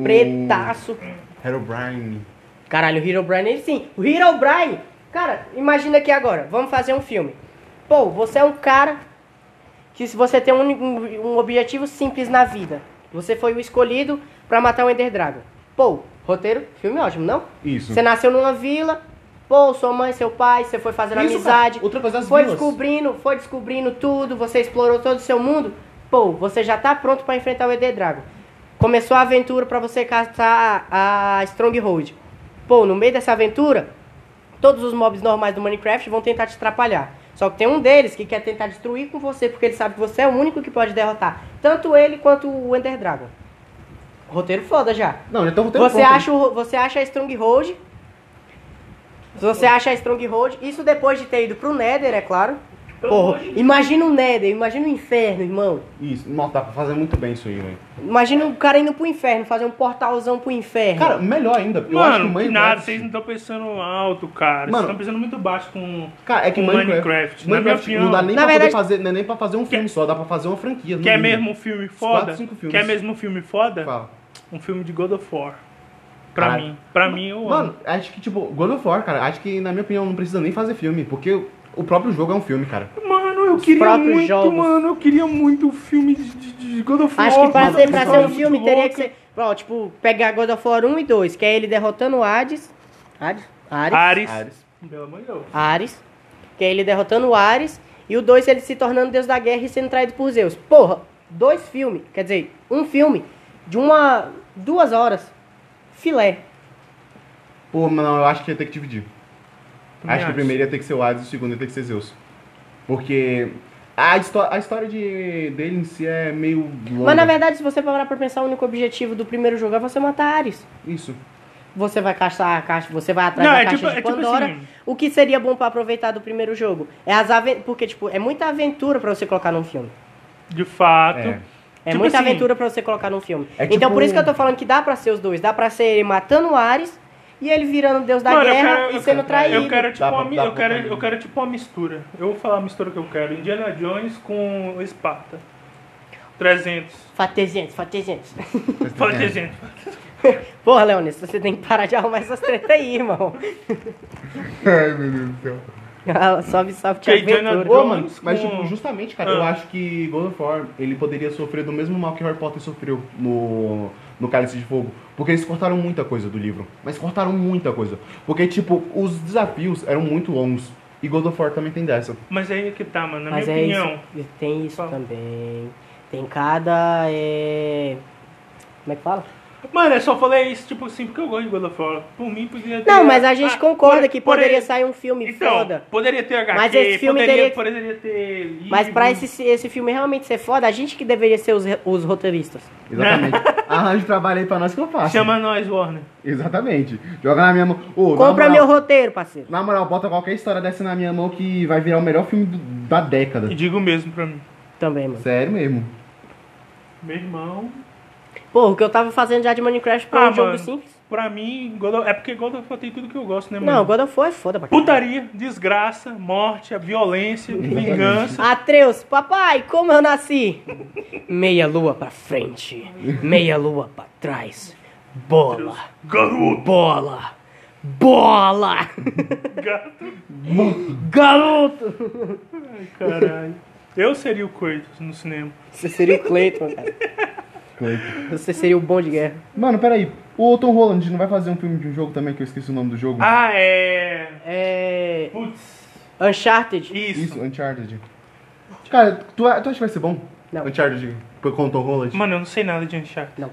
C: pretaço.
A: Herobrine.
C: Caralho, o Herobrine, ele sim. O Herobrine, cara, imagina aqui agora, vamos fazer um filme. Pô, você é um cara que se você tem um, um- um objetivo simples na vida. Você foi o escolhido pra matar o Ender Dragon. Pô, roteiro, filme ótimo, não?
A: Isso.
C: Você nasceu numa vila, Pô, sua mãe, seu pai, você foi fazendo
E: Isso, cara.
C: amizade.
E: Outra coisa, as
C: Foi
E: vilas.
C: descobrindo, foi descobrindo tudo, você explorou todo o seu mundo. Pô, você já tá pronto pra enfrentar o ED Dragon. Começou a aventura pra você caçar a Stronghold. Pô, no meio dessa aventura, todos os mobs normais do Minecraft vão tentar te atrapalhar. Só que tem um deles que quer tentar destruir com você, porque ele sabe que você é o único que pode derrotar. Tanto ele quanto o Ender Dragon. Roteiro foda já.
E: Não, já estão
C: Você acha, o- você acha a Stronghold. Você acha a Stronghold. Isso depois de ter ido pro Nether, é claro. Porra, imagina o Nether, imagina o inferno, irmão.
A: Isso, nossa, tá fazendo muito bem isso aí, velho.
C: Imagina o cara indo pro inferno, fazer um portalzão pro inferno.
A: Cara, melhor ainda, porque eu acho que
B: Mano,
A: o
B: que
A: Minecraft...
B: nada, vocês não estão pensando alto, cara. Vocês
A: Mano.
B: estão pensando muito baixo com.
A: Cara, é que
B: com
A: Minecraft,
B: Minecraft, né,
A: Minecraft,
B: na minha opinião.
A: não dá nem
C: Na
A: pra
C: verdade-
A: poder fazer, não é nem pra fazer um filme só, dá pra fazer uma franquia. no
B: Quer
A: mínimo.
B: mesmo um filme foda?
A: quatro, cinco filmes.
B: Quer mesmo um filme foda?
A: Fala.
B: Um filme de God of War. Pra
A: Caralho.
B: mim. Pra mim, eu
A: Mano,
B: amo.
A: acho que, tipo, God of War, cara, acho que, na minha opinião, não precisa nem fazer filme, porque o próprio jogo é um filme, cara.
B: Mano, eu queria
C: próprios
B: muito,
C: jogos.
B: mano. Eu queria muito um filme de, de- de God of War.
C: Acho que pra
B: mano,
C: ser, pra
B: uma
C: ser um
B: história
C: filme
B: muito
C: teria
B: louca.
C: que ser. Ó, tipo, pegar God of War 1 e 2, que é ele derrotando o Hades. Hades? Ares.
B: Ares.
A: Ares.
B: Pelo amor de Deus.
C: Ares, que é ele derrotando o Ares, e o 2 ele se tornando Deus da Guerra e sendo traído por Zeus. Porra, dois filmes, quer dizer, um filme de uma. duas horas. Filé.
A: Pô, mas não, eu acho que ia ter que dividir.
B: Também
A: acho que
B: acho.
A: o primeiro ia ter que ser o Hades, o segundo ia ter que ser Zeus. Porque a, histó a história de, dele em si é meio longa.
C: Mas na verdade, se você parar pra pensar, o único objetivo do primeiro jogo é você matar Ares.
A: Isso.
C: Você vai caçar a caixa, você vai atrás
B: Não,
C: da
B: é
C: caixa
B: tipo-
C: de
B: é tipo
C: Pandora.
B: assim.
C: O que seria bom pra aproveitar do primeiro jogo? É as aven porque tipo, é muita aventura pra você colocar num filme.
B: De fato.
A: É.
C: É
B: Tipo
C: muita
B: assim,
C: aventura pra você colocar num filme.
A: É
C: Então
A: tipo-
C: por isso que eu tô falando que dá pra ser os dois. Dá pra ser ele matando o Ares e ele virando o deus da
B: Mano, eu
C: guerra
B: quero-
C: e sendo traído.
B: Eu quero, tipo,
A: Dá pra-
B: uma, mi-
A: dá
B: eu,
A: pra-
B: quero, eu quero tipo uma mistura. Eu vou falar a mistura que eu quero. Indiana Jones com Esparta. 300.
C: Fatezentos, fatezentos.
B: Fala 300.
C: (laughs) Porra, Leonis, você tem que parar de arrumar essas tretas aí, irmão. (laughs)
A: Ai, meu Deus do céu.
C: Ah, Sobe, sobe, te
B: Que Indiana
C: aventura.
A: Ô, mano,
B: Jones
A: mas
B: com-
A: tipo, justamente, cara,
B: Ah.
A: eu acho que God of War, ele poderia sofrer do mesmo mal que Harry Potter sofreu no, no Cálice de Fogo. Porque eles cortaram muita coisa do livro. Mas cortaram muita coisa. Porque, tipo, os desafios eram muito longos. E God of War também tem dessa.
B: Mas aí é que tá, mano. Na
C: Mas
B: minha
C: é
B: opinião.
C: isso. Tem isso
B: Fala.
C: também. Tem cada. é, Como é que fala?
B: Mano, eu só falei isso, tipo assim, porque eu gosto de God of War. Por mim, poderia ter.
C: Não, mas a gente
B: Ah,
C: concorda
B: por-
C: que poderia
B: por-
C: sair um filme
B: então,
C: foda.
B: Poderia ter HQ,
C: Mas esse filme
B: poderia,
C: teria-
B: poderia ter. Livro,
C: Mas pra esse, esse filme realmente ser foda, a gente que deveria ser os, re- os roteiristas.
B: (laughs)
A: Exatamente. Arranja trabalho aí pra nós que eu faço.
B: Chama nós, Warner.
A: Exatamente. Joga na minha mão. Ô, na
C: Compra
A: moral-
C: meu roteiro, parceiro.
A: Na moral, bota qualquer história dessa na minha mão que vai virar o melhor filme do- da década.
B: E digo mesmo pra mim.
C: Também, mano.
A: Sério mesmo.
B: Meu irmão.
C: Pô, o que eu tava fazendo já de Minecraft pra
B: Ah,
C: um jogo
B: mano.
C: simples?
B: Pra mim, God of... é porque God of War tem tudo que eu gosto, né, mano?
C: Não, God of War é foda, pra caralho.
B: Putaria, desgraça, morte, a violência, vingança.
C: Atreus, papai, como eu nasci? Meia lua pra frente, meia lua pra trás. Bola,
B: Garoto!
C: bola, bola!
B: Gato!
C: Garoto!
B: Ai, caralho. Eu seria o Kratos no cinema.
C: Você seria o Cleiton, cara. Você seria o bom de guerra.
A: Mano, peraí. O Tom Holland não vai fazer um filme de um jogo também que eu esqueci o nome do jogo?
B: Ah, é.
C: É.
B: Putz.
C: Uncharted?
B: Isso.
A: Isso, Uncharted. Cara, tu, é, tu acha que vai ser bom?
C: Não.
A: Uncharted com o Tom Holland?
B: Mano, eu não sei nada de Uncharted.
C: Não.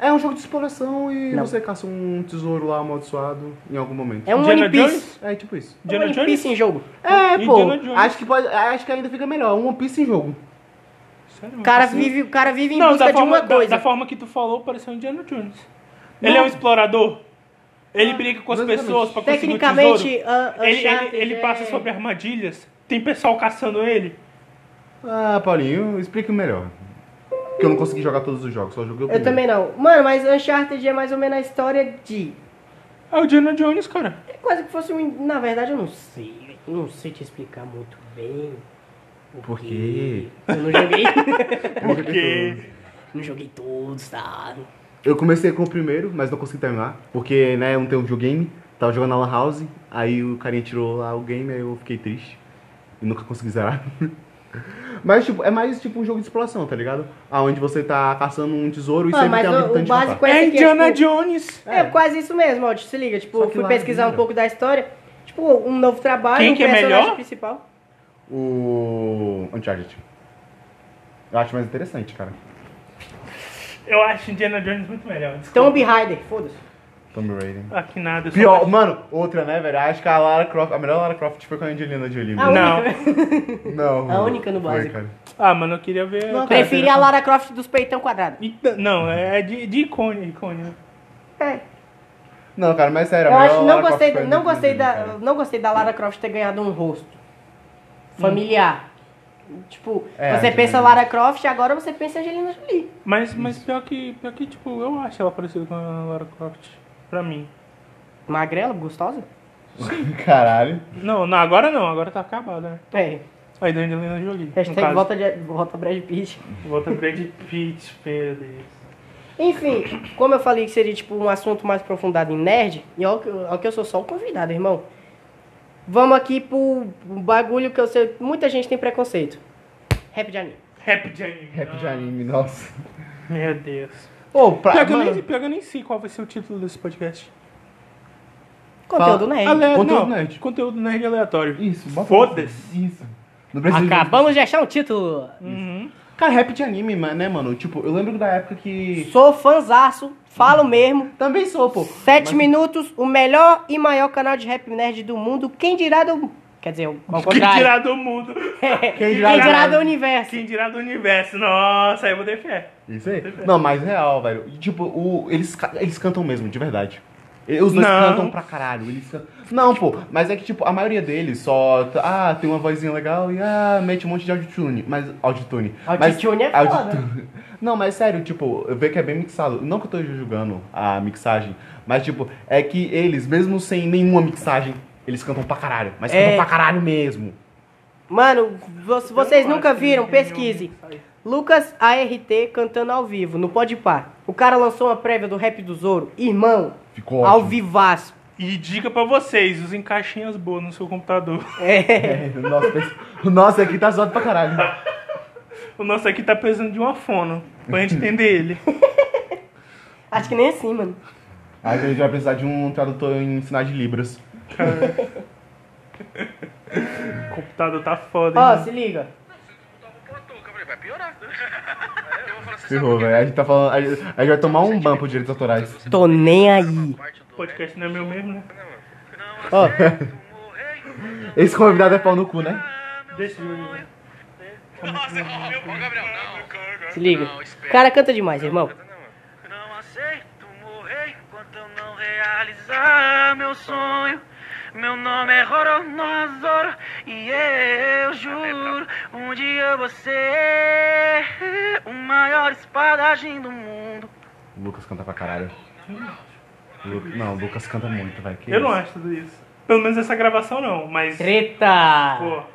A: É um jogo de exploração e
C: Não.
A: você caça um tesouro lá amaldiçoado em algum momento.
C: É um
B: Indiana
C: One Piece.
B: Jones?
A: É, tipo isso.
C: É um One
B: Indiana
C: Piece em
B: Jones?
C: jogo.
A: É,
B: Indiana
A: pô.
B: Jones.
A: Acho que, pode, acho que ainda fica melhor. Um One Piece em jogo.
B: Sério,
C: O cara
B: mano?
C: vive, o cara vive
B: Assim?
C: em
B: Não,
C: busca
B: da
C: de
B: forma,
C: uma
B: da-
C: coisa.
B: Da, forma que tu falou, pareceu um Indiana Jones. Ele é um explorador. Ele briga com as
A: exatamente.
B: pessoas pra conseguir o
C: Ah, Tecnicamente,
B: tesouro.
C: Un-
B: Ele,
C: Uncharted
B: ele, ele
C: é-
B: passa sobre armadilhas. Tem pessoal caçando ele.
A: Ah, Paulinho, explica melhor. Que eu não consegui jogar todos os jogos, só joguei o
C: Eu
A: primeiro.
C: também não. Mano, mas Uncharted é mais ou menos a história de.
B: É o Indiana Jones, cara.
C: É quase que fosse um. Na verdade, eu não sei. Eu não sei te explicar muito bem. o
A: Por
C: que-
A: quê?
C: Eu não joguei. (laughs)
B: Porque.
C: não joguei todos, tá?
A: Eu comecei com o primeiro, mas não consegui terminar. Porque, né, eu não tenho videogame. Tava jogando na Lan House, aí o carinha tirou lá o game, aí eu fiquei triste. E nunca consegui zerar. (laughs) Mas, tipo, é mais tipo um jogo de exploração, tá ligado? Aonde você tá caçando um tesouro e
C: Ah,
A: sempre
C: mas
A: tem um
C: o, o
A: habitante
C: básico
A: pra
C: é
B: É
C: esse aqui, é,
B: Indiana
C: tipo,
A: Ah.
B: Jones.
C: é quase isso mesmo, ó. Se liga, tipo,
A: Só
C: eu
A: que
C: fui
A: lá
C: pesquisar um
A: vira.
C: pouco da história. Tipo, um novo trabalho,
B: Quem
C: um
B: que é
C: personagem
B: melhor?
C: principal. é-
A: O Uncharted. Eu acho mais interessante, cara.
B: Eu acho Indiana Jones muito melhor. Desculpa.
C: Tomb Raider, foda-se.
A: Tomb Raider.
B: Aqui nada. eu só
A: Pior,
B: acho-
A: mano, outra, né, velho? Acho que a Lara Croft, a melhor Lara Croft foi com a Angelina Jolie.
C: A
A: velho.
B: Não.
C: única.
A: Não.
C: a única no
A: foi,
C: básico.
A: cara.
B: Ah, mano, eu queria ver.
C: (laughs)
A: Não, cara.
C: Prefiro a Lara Croft dos peitão quadrado.
B: Ita- Não, é de, de icone, icone. né?
C: É.
A: Não, cara, mas sério,
C: Eu
A: a melhor
C: acho que não
A: é Lara
C: gostei,
A: Croft foi a
C: não gostei
A: Angelina
C: da,
A: Jolie, cara.
C: não gostei da Lara Croft ter ganhado um rosto familiar. Tipo,
A: É,
C: você
A: Angelina
C: pensa
A: Jolie.
C: Lara Croft, agora você pensa Angelina Jolie.
B: Mas, mas pior, que, pior que, tipo, eu acho ela parecida com a Lara Croft. Pra mim.
C: Magrela, gostosa?
A: (laughs) Caralho.
B: Não, não, agora não, agora tá acabada, né?
C: É.
B: Aí da Angelina Jolie. no
C: Hashtag
B: caso.
C: volta, de, volta Brad Pitt.
B: Volta Brad Pitt, meu Deus.
C: Enfim, como eu falei que seria tipo um assunto mais aprofundado em nerd, e olha que eu, olha que eu sou só o convidado, irmão. Vamos aqui pro um bagulho que eu sei, muita gente tem preconceito. Rap de anime.
B: Rap de anime.
A: Rap de
B: Ah,
A: anime, nossa.
B: Meu Deus.
A: Ô, pra.
B: Pior que, eu
A: mano,
B: nem, pior que eu nem sei qual vai ser o título desse podcast.
C: Conteúdo
A: Fala-
C: nerd.
B: Ale-
A: conteúdo
B: não,
A: nerd.
B: Conteúdo nerd aleatório.
A: Isso, bota-
B: Foda-se.
A: Isso. Não precisa de-
C: Acabamos de achar um título.
B: Uhum.
A: Cara, rap de anime, ma- né, mano? Tipo, eu lembro da época que.
C: Sou fanzaço, falo mesmo.
A: Também sou, pô.
C: Sete
A: Mas-
C: minutos, o melhor e maior canal de rap nerd do mundo. Quem dirá do. Quer dizer, ao
B: Quem
C: contrário.
B: (laughs) dirá do mundo?
A: Quem
C: Quem dirá
A: dirá
C: do universo.
B: Quem dirá do universo? Nossa, aí eu vou ter fé.
A: Isso aí. Não, mas real, velho. E, Tipo, o, eles, ca- eles cantam mesmo, de verdade. E- Os dois
B: Não.
A: cantam pra caralho. Eles can- Não, pô, mas é que, tipo, a maioria deles só. t- Ah, tem uma vozinha legal e ah, mete um monte de autotune. Mas. Autotune. Mas-
C: Autotune é foda.
A: autotune. (laughs) Não, mas sério, tipo, eu vejo que é bem mixado. Não que eu tô julgando a mixagem, mas, tipo, é que eles, mesmo sem nenhuma mixagem, eles cantam pra caralho. Mas
C: É.
A: cantam pra caralho mesmo.
C: Mano, vo- se vocês
B: Eu não
C: nunca
B: acho que
C: viram,
B: ninguém
C: pesquise.
B: ouve isso aí.
C: Lucas ART cantando ao vivo, no Pode Par. O cara lançou uma prévia do rap do Zoro. Irmão,
A: Ficou ótimo.
C: ao vivaço.
B: E dica pra vocês, usem caixinhas boas no seu computador.
A: (laughs)
B: (laughs)
A: É, o nosso, o nosso aqui tá zoado pra caralho.
B: O nosso aqui tá precisando de uma fono, pra gente entender ele.
C: (laughs)
B: (laughs)
C: Acho que nem assim, mano.
A: Aí a gente vai precisar de um tradutor em sinais de Libras.
B: O computador tá foda,
C: Ó,
B: hein?
C: se liga.
D: Vai (laughs) piorar. Eu vou falar assim,
A: Ferrou,
B: é?
A: velho. A gente tá falando. A gente, a gente vai tomar um ban por direitos autorais.
C: Tô nem aí.
D: parte do
B: O podcast não é meu mesmo, né?
C: Ó,
A: Esse convidado é pau no cu, né?
B: Deixa eu ver.
D: Nossa, eu comi o pau, Gabriel. Não,
C: se liga.
D: Não,
C: O
D: espera.
C: cara canta demais, irmão.
D: Não aceito morrer enquanto eu não realizar meu sonho. Meu nome é Roronosoro e eu juro, um dia eu vou ser o maior espadagem do mundo.
A: O Lucas canta pra caralho. Lu- Não, o Lucas canta muito, velho. Que
B: Eu não é.
A: isso?
B: acho tudo isso. Pelo menos essa gravação não, mas.
C: Treta!
B: Pô.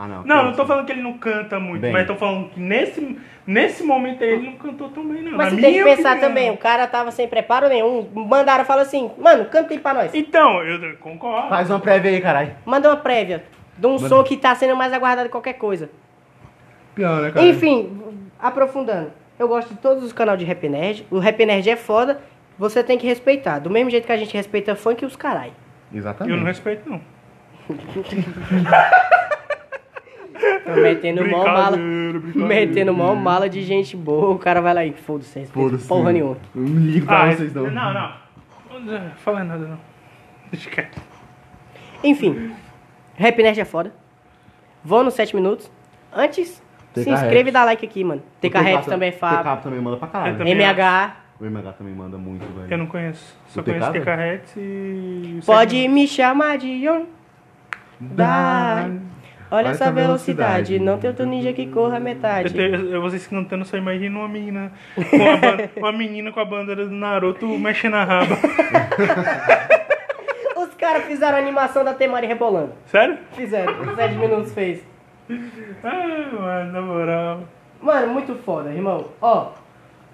A: Ah, não.
B: Não,
A: que
B: não
A: isso.
B: tô falando que ele não canta muito,
A: Bem.
B: mas tô falando que nesse, nesse momento aí ele não cantou tão bem, não.
C: Mas
B: Na
C: você tem que
B: minha
C: pensar
B: opinião.
C: também, o cara tava sem preparo nenhum. Mandaram falar assim, mano, canta aí pra nós.
B: Então, eu concordo.
A: Faz uma prévia aí, caralho.
C: Manda uma prévia de um
A: Manda.
C: som que tá sendo mais aguardado que qualquer coisa.
A: Pior, né,
C: Enfim, aprofundando. Eu gosto de todos os canais de Rap Nerd. O Rap Nerd é foda, você tem que respeitar. Do mesmo jeito que a gente respeita funk e os carai.
A: Exatamente.
B: Eu não respeito, não.
C: Tô metendo mó mala.
B: Brincadeira, brincadeira.
C: Metendo mó mala de gente boa. O cara vai lá e foda-se, respeita
A: Foda-se.
C: porra nenhuma.
A: Eu não ligo pra
B: Ah,
A: vocês, não.
B: não, não. Não fala nada, não. Deixa quieto.
C: Enfim, Rap Nerd é foda. Vou nos 7 minutos. Antes,
A: TK
C: se inscreve
A: Raps.
C: e dá like aqui, mano.
A: O
C: TK Raps
A: ta-
C: também é
A: O
C: fácil.
A: TK também manda pra caralho.
B: Eu também.
C: MH.
A: O MH também manda muito, velho.
B: Eu não conheço. Só
A: O TK,
B: conheço
A: velho?
B: TK Hats e.
C: Pode me chamar de Yon.
A: Dá.
C: Olha
A: Olha
C: essa
A: essa
C: velocidade.
A: velocidade.
C: Não tem outro ninja que corra a
B: Eu (laughs)
C: metade.
B: tenho- eu- vocês que não estão só imaginam uma menina com a ban- uma menina com a bandeira do Naruto mexendo a raba.
C: Os caras fizeram a animação da Temari rebolando.
B: Sério?
C: (laughs) Fizeram. Os 7 minutos fez.
B: Ah, mano, na moral.
C: Mano, muito foda, irmão. Ó,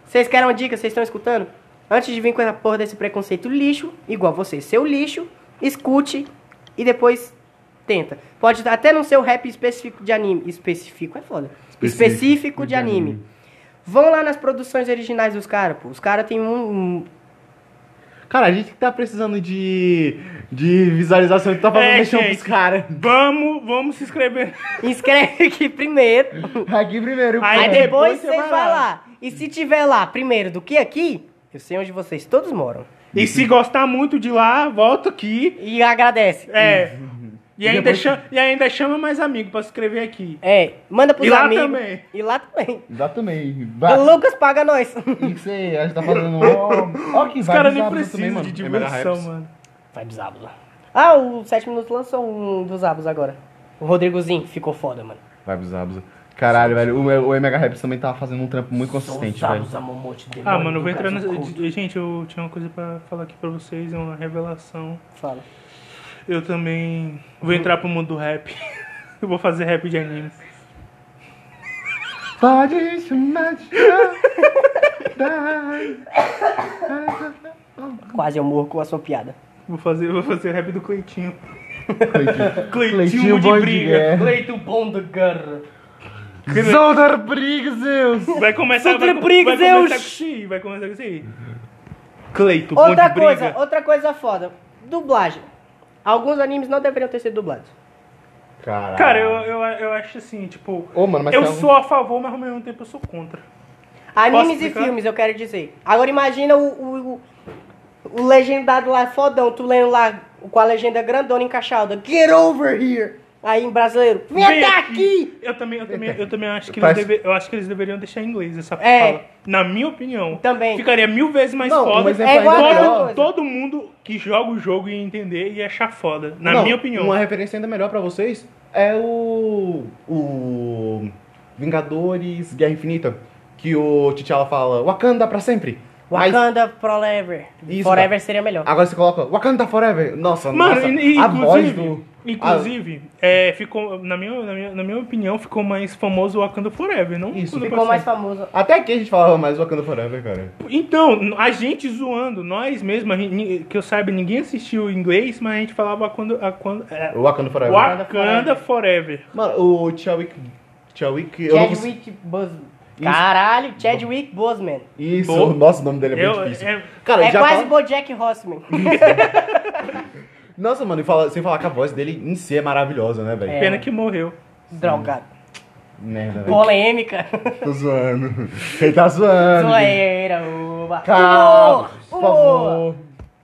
C: vocês querem uma dica? Vocês estão escutando? Antes de vir com essa porra desse preconceito lixo, igual você, seu lixo, escute e depois tenta. Pode até não ser o rap específico de anime. Específico é foda. Específico, de, anime. Vão lá nas produções originais dos caras, pô. Os caras têm um, um-
A: Cara, a gente que tá precisando de, de visualização, então tá
B: É,
A: é, mexer
B: gente.
A: pros caras.
B: Vamos, vamos se inscrever.
C: (laughs) Inscreve aqui primeiro.
A: Aqui primeiro.
B: Aí
C: Aí
A: cara.
C: depois
B: depois você
C: vocês vão
B: vai
C: lá.
B: lá.
C: E se tiver lá primeiro do que aqui, eu sei onde vocês todos moram.
B: E se gostar muito de lá, volta aqui.
C: E agradece.
B: É. E
A: E
B: ainda,
A: depois-
B: chama, e ainda chama mais amigo pra se inscrever aqui.
C: É, manda pros
B: E lá
C: amigos.
B: também.
C: E lá também.
A: Dá também. Vai.
C: O Lucas paga nós.
A: Isso aí, a gente tá fazendo. Ó, ó que
B: Os
A: vai
B: caras
A: bizarro
B: nem precisam de
A: É melhor
B: diversão,
A: hypes.
B: mano.
C: Vai dos abos lá. Ah, o 7 minutos lançou um dos abos agora. O Rodrigozinho ficou foda, mano.
A: Vai bizarro. Caralho, velho, o, o MH Raps também tá fazendo um trampo muito consistente, velho.
C: um
B: Ah, mano, eu vou entrar nessa. Gente, eu tinha uma coisa pra falar aqui pra vocês, é uma revelação.
C: Fala.
B: Eu também vou entrar pro mundo do rap. (laughs) Eu vou fazer rap de anime.
A: Pode chamar de
C: Quase eu morro com a sua piada.
B: Vou fazer, vou fazer rap do Cleitinho.
A: Cleitinho
B: Cleitinho
A: bom
B: de
A: de
B: briga.
A: guerra.
C: Leito bom do garra.
A: Soltar Briggs!
B: Vai começar, vai,
C: Outra
B: com-
C: briga,
B: vai
C: Zeus!
B: começar com isso aí, vai começar com isso aí. Cleito, bom
C: Outra
B: Um de
C: coisa,
B: briga.
C: outra coisa foda. Dublagem. Alguns animes não deveriam ter sido dublados.
A: Caralho.
B: Cara, eu, eu, eu acho assim, tipo,
A: Ô, mano, mas
B: eu
A: tem algum-
B: sou a favor, mas ao mesmo tempo eu sou contra.
C: Animes e
B: explicar?
C: filmes, eu quero dizer. Agora imagina o, o, o- o legendado lá, fodão, tu lendo lá com a legenda grandona encaixada. Get over here! Aí em brasileiro, vem
B: Vem
C: até
B: aqui!
C: aqui!
B: Eu também, eu também, eu também acho que
A: Faz-
B: eles deve- eu acho que eles deveriam deixar em inglês essa
C: É.
B: fala. Na minha opinião.
C: Também.
B: Ficaria mil vezes mais
A: Não,
B: foda.
A: um exemplo
C: É igual
A: ainda
C: a
A: melhor.
C: outra
B: todo,
C: coisa.
B: todo mundo que joga o jogo ia entender e ia achar foda. Na
A: Não,
B: minha opinião.
A: Uma referência ainda melhor pra vocês é o. O. Vingadores Guerra Infinita. Que o T'Challa fala Wakanda pra sempre. Mas
C: Wakanda Forever.
A: Isso, tá. Ah,
C: Forever seria melhor.
A: agora você coloca Wakanda Forever. Nossa,
B: Mano,
A: nossa.
B: e- e
A: a voz
B: inclusive,
A: do.
B: inclusive é, ficou, na minha, na, minha, na minha opinião, ficou mais famoso o Wakanda Forever, não?
A: Isso,
B: Wakanda
C: Ficou
B: pra
C: mais
B: sempre.
C: famoso.
A: Até aqui a gente falava mais Wakanda Forever, cara.
B: Então, a gente zoando, nós mesmos, a gente- que eu saiba, ninguém assistiu em inglês, mas a gente falava Wakanda, Wakanda, é,
A: O Wakanda Forever.
B: Wakanda Forever.
A: Mano, o Chadwick. Chadwick. eu não consigo-
C: Chadwick Boseman. Caralho, Chadwick Boseman.
A: Isso,
B: Bo-
A: nossa, o nome dele é
B: Eu-
A: muito difícil.
B: é-
A: Cara,
C: é
A: já
C: quase
A: fala- (laughs)
C: Bojack Horseman.
A: Nossa, mano, e fala- sem falar que a voz dele em si é maravilhosa, né, velho?
B: Pena que morreu.
C: Drogado.
A: Merda, velho.
C: Polêmica.
A: Tô zoando. Ele tá zoando.
C: Zoeira, uba.
A: Calma,
C: Humor,
A: por
C: humor.
A: favor.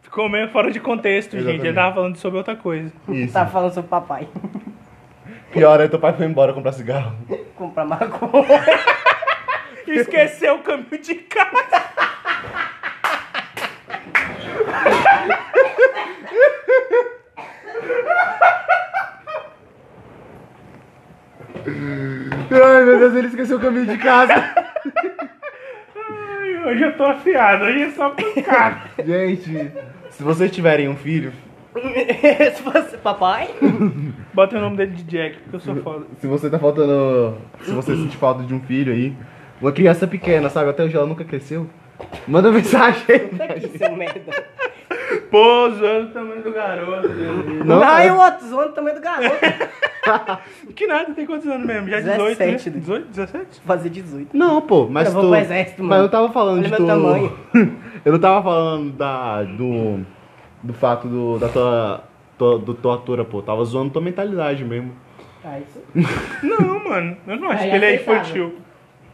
B: Ficou meio fora de contexto, gente.
A: Exatamente.
B: Ele tava falando sobre outra coisa.
A: Isso.
C: Tá falando sobre papai.
A: Pior é teu pai foi embora comprar cigarro.
C: Comprar
B: (laughs)
C: maconha.
B: Esqueceu o caminho de
C: (laughs)
B: casa.
A: Ai, meu Deus, ele esqueceu o caminho de casa. (laughs)
B: Ai, Hoje eu tô afiado, hoje é só
A: (laughs)
B: pancada.
A: Gente, se vocês tiverem um filho,
C: Se fosse papai.
B: Bota o nome dele de Jack, porque eu sou foda.
A: se você tá faltando. Se você sente falta de um filho aí, uma criança pequena, sabe? Até hoje ela nunca cresceu. Manda mensagem.
C: Tá aqui, seu merda.
B: Pô, zoando o tamanho do garoto. meu Deus.
A: (laughs) Não, é.
C: Não,
A: cara.
C: e o outro zoando também do garoto.
B: Que nada, tem quantos anos mesmo? Já 18,
C: 17, né?
B: né? 18, 17?
C: Fazer 18.
A: Não, pô, mas
C: Eu vou
A: tu.
C: pro exército,
A: Mas
C: mano.
A: eu tava falando
C: Olha
A: de
C: meu
A: tu.
C: tamanho.
A: (laughs) eu não tava falando da. do. do fato do, da tua. tua- do tua atura, pô. Tava zoando tua mentalidade mesmo.
C: Ah, isso.
B: Não, mano. Eu não acho
C: Aí
B: que ele é
C: aceitável.
B: infantil.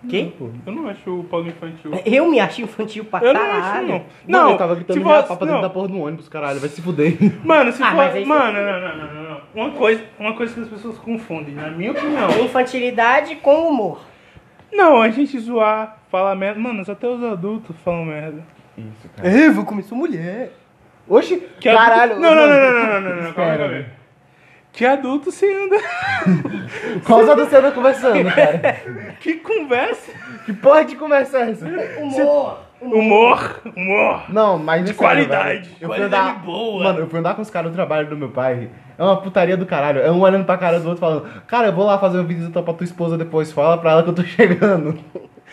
C: Que?
B: Eu não acho o Paulo infantil.
C: Eu me acho infantil É, pra
B: Eu não acho, não.
C: caralho.
A: Mano,
B: Não,
A: eu tava gritando
B: se
A: minha
B: você-
A: papa dentro
B: não.
A: da porra do ônibus, caralho. Vai se fuder.
B: Mano, se
C: Ah, mas
B: for.
C: aí-
B: Mano, não, não, não, não, não. Uma coisa, uma coisa que as pessoas confundem, na minha opinião.
C: Infantilidade com humor.
B: Não, a gente zoar, falar merda. Mano, até os adultos falam merda.
A: Isso, cara.
C: Eu vou comer sua mulher.
A: Oxi,
B: Que
A: caralho.
B: Adulto... Não, não, não, não, não, não, não, não, calma aí,
A: Espera.
B: calma aí. Que adulto se anda.
A: Qual os adultos andam conversando, cara?
B: (laughs) Que conversa.
A: Que porra de conversa é essa?
C: Humor.
B: Humor, humor.
A: Não, mas. De
B: qualidade.
A: eu fui
B: Qualidade
A: andar,
B: boa.
A: Mano, eu fui andar com os caras do trabalho do meu pai. É uma putaria do caralho. É um olhando pra cara do outro falando: Cara, eu vou lá fazer um uma visita pra tua esposa depois. Fala pra ela que eu tô chegando.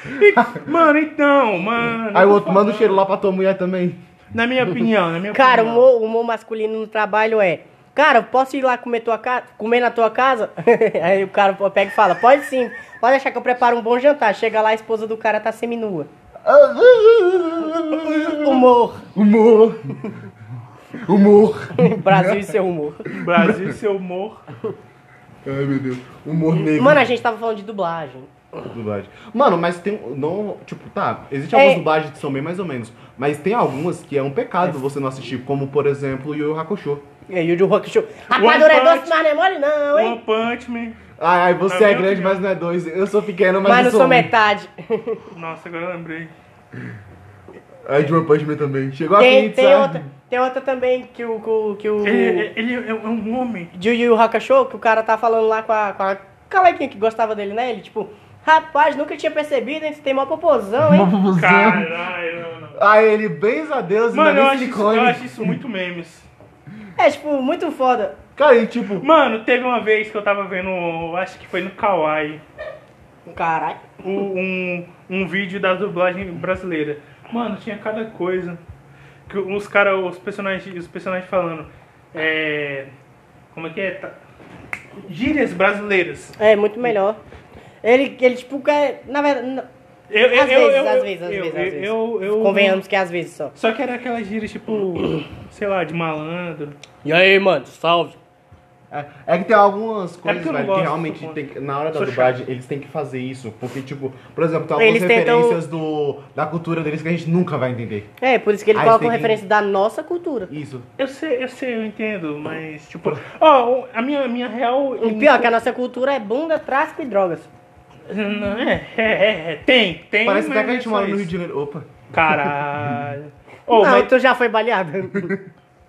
B: E- Mano, então, mano.
A: Aí o
B: tô
A: outro manda um
B: falando.
A: cheiro lá pra tua mulher também.
B: Na minha opinião, na minha
C: Cara, o
B: opinião.
C: humor, o humor masculino no trabalho é. Cara, eu posso ir lá comer, tua ca... comer na tua casa? (laughs) Aí o cara pega e fala, pode sim. Pode achar que eu preparo um bom jantar. Chega lá, a esposa do cara tá seminua. (laughs) Humor.
A: Humor! Humor!
C: Brasil e seu humor.
B: Brasil, seu humor.
A: Ai, meu Deus. Humor negro.
C: Mano, a gente tava falando de dublagem.
A: Dublagem. Mano, mas tem. Não, tipo, tá. Existem algumas
C: É.
A: dublagens que são bem mais ou menos. Mas tem algumas que é um pecado você não assistir, como por exemplo, Yu Yu Hakusho.
C: E aí, o Yu Rock Show.
B: One
C: Rapadura é
B: Punch.
C: doce, mas não é mole não, hein?
B: One Punch Man.
A: Ai, ai, você
B: Na
A: é
B: minha
A: grande,
B: opinião.
A: mas não é dois. Eu sou pequeno, mas,
C: Mas
A: eu
C: não
A: sou.
C: sou
A: um.
C: metade.
B: Nossa, agora eu lembrei.
A: Ai, de One Punch Man também. Chegou a
C: Tem,
A: pizza.
C: tem, outra, tem outra também que o. Que, que o
B: Ele, ele é um homem.
C: de Yu Yu Hakusho, que o cara tá falando lá com a, com a coleguinha que gostava dele, né? Ele, tipo, rapaz, nunca tinha percebido, hein? Você tem mó popozão, hein?
B: Caralho, não, não.
A: Ai, ele, benza a Deus,
B: Mano,
A: ainda
B: eu
A: nem
B: acho, isso,
A: silicone.
B: eu acho isso muito memes.
C: É, tipo, muito foda.
A: Cara, e tipo.
B: Mano, teve uma vez que eu tava vendo, eu acho que foi no Kawaii,
C: Caralho.
B: o- um, um vídeo da dublagem brasileira. Mano, tinha cada coisa. Que os caras, os personagens, os personagens falando. É. Como é que é? Tá- Gírias brasileiras.
C: É, muito melhor. Ele, ele tipo, quer. Na verdade. não-
B: Eu, eu,
C: Às
B: eu,
C: vezes,
B: eu-
C: às vezes, às
B: eu-
C: vezes, às vezes.
B: eu- eu-
C: Convenhamos que é às vezes só.
B: Só que era aquelas gírias tipo, sei lá, de malandro.
C: E aí, mano, salve.
A: É, é que tem algumas coisas,
B: porque eu não
A: velho, que
B: gosto,
A: realmente
B: sou
A: tem que- na hora da
B: Sou
A: dublagem eles têm que fazer isso. Porque, tipo, por exemplo, tem algumas
C: Eles tentam-
A: referências do, da cultura deles que a gente nunca vai entender.
C: É, por isso que ele
A: Aí
C: coloca
A: tem
C: uma
A: que-
C: referência da nossa cultura.
A: Isso.
B: Eu sei, eu sei, eu entendo, mas tipo. Ó, a minha, minha real.
C: O pior é que a nossa cultura é bunda, tráfico e drogas.
B: Não, é, é, é, é, tem, tem.
A: Parece
B: mas
A: até que a
B: é
A: gente
B: só
A: mora no
B: isso.
A: Rio de Janeiro. Opa. (laughs)
B: Caralho. Ô,
C: não,
B: mas,
C: tu já foi baleado.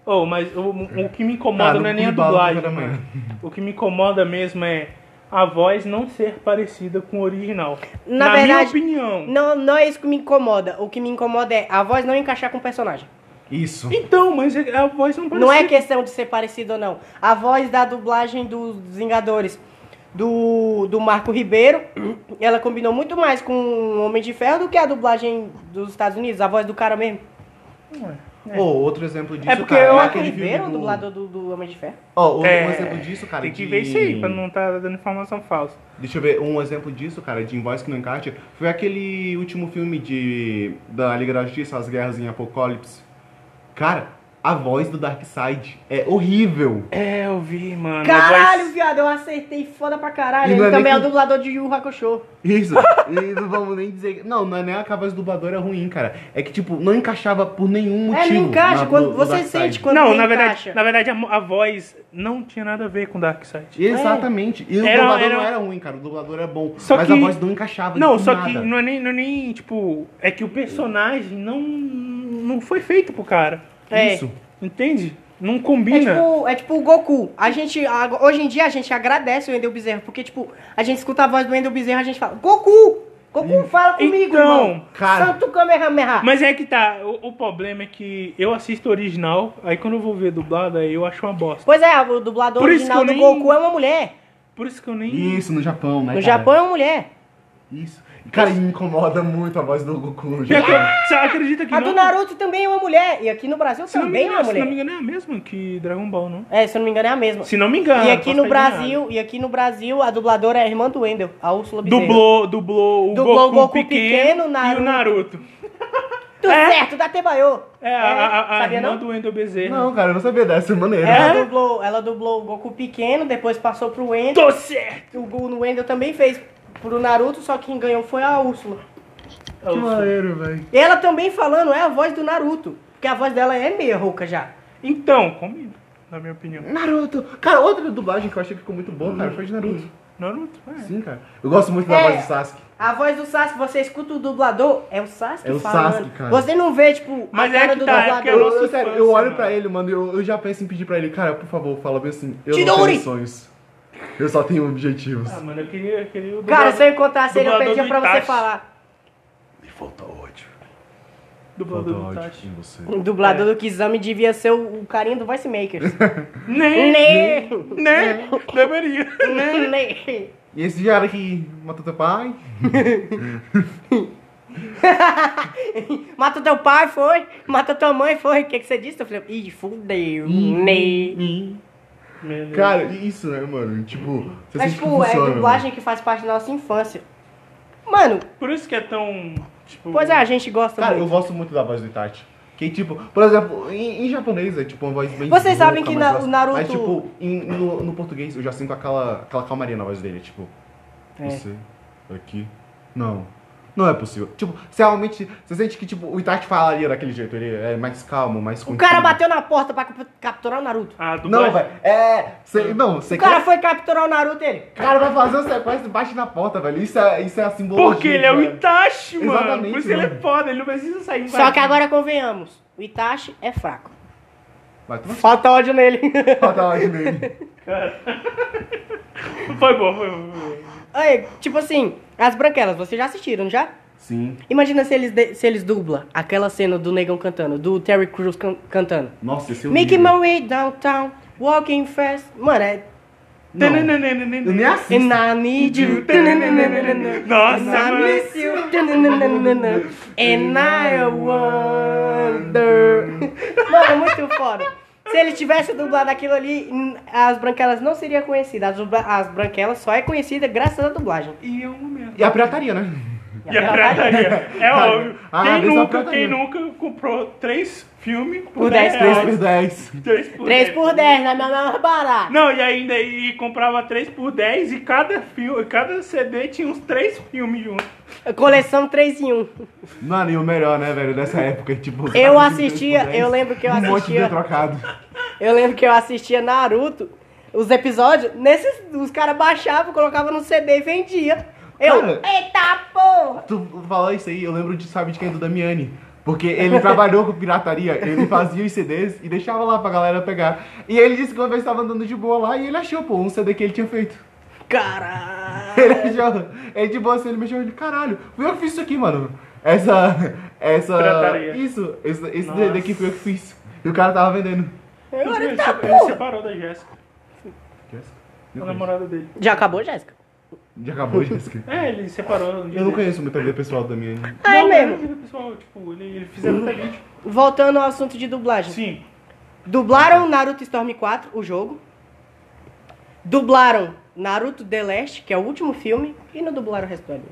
B: ô, Oh, mas o, o que me incomoda
A: Tá,
B: não é
A: no
B: nem a
A: cu de bala,
B: dublagem.
A: café da manhã.
B: mano. O que me incomoda mesmo é a voz não ser parecida com o original.
C: Na
B: minha
C: verdade,
B: opinião.
C: (laughs) não, não é isso que me incomoda. O que me incomoda é a voz não encaixar com o personagem.
A: Isso.
B: Então, mas a a voz não parece.
C: Não é questão de ser parecido ou não. A voz da dublagem dos Vingadores do, do Marco Ribeiro, (clears throat) ela combinou muito mais com o Homem de Ferro do que a dublagem dos Estados Unidos, a voz do cara mesmo.
B: É.
A: Ou outro exemplo disso,
B: É porque
A: cara,
B: eu-
A: é
C: Marco
A: aquele filme
C: Ribeiro,
A: do...
C: o dublador do, do Homem de Ferro?
A: Ó, um
B: É,
A: exemplo disso, cara,
B: Tem que
A: de...
B: ver isso aí, pra não tá dando informação falsa.
A: Deixa eu ver, um exemplo disso, cara, de voz que não encaixa, foi aquele último filme de... da Liga da Justiça, As Guerras em Apocalipse. Cara, a voz do Darkseid é horrível.
B: É, eu vi, mano.
C: Caralho,
B: a voz...
C: viado, eu acertei foda pra caralho.
A: E não é
C: Ele
A: nem
C: também é o
A: com-
C: dublador de Yu Hakusho.
A: Isso. (laughs) E não vamos nem dizer... Não, não é nem a voz dubladora ruim, cara. É que, tipo, não encaixava por nenhum
C: É,
A: motivo.
C: não encaixa.
A: na-
C: quando
A: no- no
C: você
A: Darkseid.
C: sente quando
B: Não,
C: não
B: na
C: encaixa.
B: verdade, na verdade a, mo- a voz não tinha nada a ver com Darkseid.
C: É.
A: Exatamente. E o
B: É. Era-
A: dublador
B: era- um-
A: não era ruim, cara. O dublador era bom.
B: Só
A: mas
B: que-
A: a voz não encaixava.
B: Não,
A: com
B: só
A: nada.
B: que não é, nem, não é nem, tipo, é que o personagem não, não foi feito pro cara.
C: É.
A: Isso.
B: Entende? Não
C: É
B: combina.
C: tipo, é tipo o Goku. A gente, a- hoje em dia, a gente agradece o Wendel Bezerra, porque, tipo, a gente escuta a voz do Wendel Bezerra, a gente fala, Goku! Goku, fala comigo,
B: Então,
C: irmão.
A: cara-
C: Santo Kamehameha.
B: Mas é que tá, o, o problema é que eu assisto original, aí quando eu vou ver dublado, aí eu acho uma bosta.
C: Pois é, o dublador
B: Por isso que
C: original do
B: eu nem-
C: Goku é uma mulher.
B: Por isso que eu nem...
A: Isso, no Japão, né?
C: No
A: cara?
C: Japão é uma mulher.
A: Isso. Cara, me incomoda muito a voz do Goku
B: (laughs)
A: no
B: Pior que eu-
A: Japão.
B: Você acredita que
C: A
B: não?
C: do Naruto também é uma mulher. E aqui no Brasil
B: Se não, me
C: também é
B: engano,
C: uma
B: se não me
C: mulher.
B: engano, é a mesma que Dragon Ball, não?
C: É, se eu não me engano, é a mesma.
B: Se não me engano.
C: E aqui
B: posso
C: no
B: estar enganado.
C: Brasil, e aqui no Brasil, a dubladora é a irmã do Wendel, a Úrsula Bezerra.
B: Dublou, dublou o
C: Dublou o
B: Goku,
C: Goku pequeno,
B: pequeno, e
C: Naruto.
B: o Naruto.
C: Tudo
B: É.
C: certo, da Tebaiô.
B: É, a, a, a
C: sabia
B: irmã
C: não?
B: do Wendel Bezerra.
A: Não, cara, eu não sabia dessa é maneira.
B: É?
C: Ela, dublou, ela dublou o Goku pequeno, depois passou pro Wendel.
B: Tô certo!
C: O Go- no Wendel também fez pro Naruto, só quem ganhou foi a Úrsula.
B: É
A: Que maneiro, velho.
C: E ela também falando é a voz do Naruto, porque a voz dela é meio rouca já.
B: Então, combina, na minha opinião.
A: Naruto. Cara, outra dublagem que eu achei que ficou muito boa, cara, foi de Naruto.
B: Naruto, é.
A: Sim, cara. Eu gosto muito da
C: É.
A: voz do Sasuke.
C: A voz do Sasuke, você escuta o dublador, é o Sasuke
A: É o
C: falando.
A: Sasuke, cara.
C: Você não vê, tipo,
B: Mas
C: a
B: é
C: cara
B: que
C: do
B: tá, é porque
C: dublador.
A: Eu,
B: nossa
A: eu- sério,
B: infância,
A: eu olho
B: mano.
A: pra ele, mano, e eu, eu já penso em pedir pra ele, cara, por favor, fala bem assim, eu não
C: Chidori!
A: tenho sonhos. Eu só tenho objetivos.
B: Ah, mano, eu queria, eu queria o
C: Cara,
B: dublador-
C: se eu encontrasse ele, eu
B: dublador
C: pedia
B: do
C: pra você
B: Itachi.
C: falar.
A: Me falta ódio.
B: Dublador do Itachi.
A: você.
C: O
A: É.
C: dublador do Kizami devia ser o, o carinha do
A: (laughs)
C: Voice Makers.
B: Né?
C: né?
B: Né? Deveria.
C: Né? né.
A: E esse cara que matou teu pai?
C: (laughs) Mata teu pai, foi? Mata tua mãe, foi? O que, que você disse? Eu falei, ih, fudeu. Né?
A: Hum.
B: Meu Deus.
A: Cara, isso, né, mano? Tipo, você
C: Mas,
A: sente que
C: tipo, é
A: funciona,
C: dublagem que faz parte da nossa infância. Mano,
B: Por isso que é tão Tipo,
C: Pois é, a gente gosta
A: Cara, eu
C: muito.
A: gosto muito da voz do Itachi. Que tipo, por exemplo, em, em japonês é tipo uma voz bem.
C: Vocês
A: rouca,
C: sabem que
A: mais
C: na-
A: grossa.
C: o Naruto-
A: Mas tipo, em- no, no português eu já sinto aquela, aquela calmaria na voz dele. Tipo,
C: É.
A: você aqui. Não. Não é possível. Tipo, você realmente. Você sente que tipo, o Itachi falaria daquele jeito. Ele é mais calmo, mais
C: O
A: contido.
C: cara bateu na porta pra cap- capturar o Naruto.
B: a
A: Não,
B: dublagem.
A: velho. É. Cê, não, você
C: O cara foi capturar o Naruto ele.
A: O cara vai fazer um sequestro e bate na porta, velho. Isso é, isso é a simbologia.
B: Porque ele é o
A: velho.
B: Itachi, mano.
A: Exatamente,
B: Por isso que ele é
A: mano.
B: foda, ele não precisa sair
C: Só que agora convenhamos, o Itachi é fraco.
A: Vai tomar
C: Falta ódio (laughs) nele.
A: foda lá de nele.
B: Foi bom, foi bom. Foi bom.
C: Aí, tipo assim, as branquelas, vocês já assistiram, já?
A: Sim.
C: Imagina se eles, de- se eles dublam aquela cena do negão cantando, do Terry Crews can- cantando.
A: Nossa, esse é o
C: Making my way downtown, walking fast. Mano, é.
A: Eu nem assisto.
C: And I (laughs) need you.
B: Nossa,
C: And I
B: mano.
C: miss you. And I wonder. Mano, é muito foda. Se ele tivesse dublado aquilo ali, hum, as branquelas não seriam conhecidas. As, dubla- as branquelas só é conhecida graças à dublagem.
B: E é um momento.
A: E a pirataria, né?
B: E
A: (laughs)
B: a pirataria. É óbvio.
A: Ah,
B: quem,
A: avisa a
B: nunca,
A: pirataria.
B: quem nunca comprou três filmes por,
C: Por
B: 10
C: 10
A: 3
B: reais?
A: por 10.
B: 3 por
C: 3 por né, 10, na minha mais barata.
B: Não, e ainda e comprava 3 por 10 e cada filme, cada CD tinha uns 3 filmes juntos.
C: Coleção 3 em 1.
A: Mano, e o melhor, né, velho, dessa época, tipo...
C: Eu
A: sabe, de
C: assistia,
A: 3 por 10,
C: eu lembro que eu
A: Um monte de
C: assistia.
A: trocado.
C: Eu lembro que eu assistia Naruto, os episódios, nesses. Os caras baixavam, colocavam no CD e vendia. Eu.
A: Cara.
C: Eita porra!
A: Tu falou isso aí, eu lembro de, sabe, de quem? Do Damiani. Porque ele trabalhou com pirataria, ele fazia os CDs e deixava lá pra galera pegar. E ele disse que uma vez tava andando de boa lá e ele achou, pô, um CD que ele tinha feito.
C: Caralho!
A: Ele achou, ele de boa assim, ele mexeu, ele, caralho, fui eu que fiz isso aqui, mano. Essa, essa,
B: Pirataria.
A: isso, esse, esse
B: Nossa.
A: CD aqui fui eu que fiz. E o cara tava vendendo.
C: Agora
B: Ele,
C: tá
B: se- ele
C: porra!
B: separou da Jéssica,
A: Jéssica?
B: a namorada dele.
C: Já acabou, Jéssica?
A: Já acabou, Jéssica?
B: É, ele separou.
A: Eu não conheço muito a vida pessoal da minha.
C: Ah, é
B: Não, né?
C: mesmo.
B: ele- Pessoal, tipo, ele, ele fizeram até vídeo.
C: Voltando ao assunto de dublagem.
B: Sim.
C: Dublaram Naruto Storm 4, o jogo. Dublaram Naruto The Last, que é o último filme. E não dublaram o resto do anime.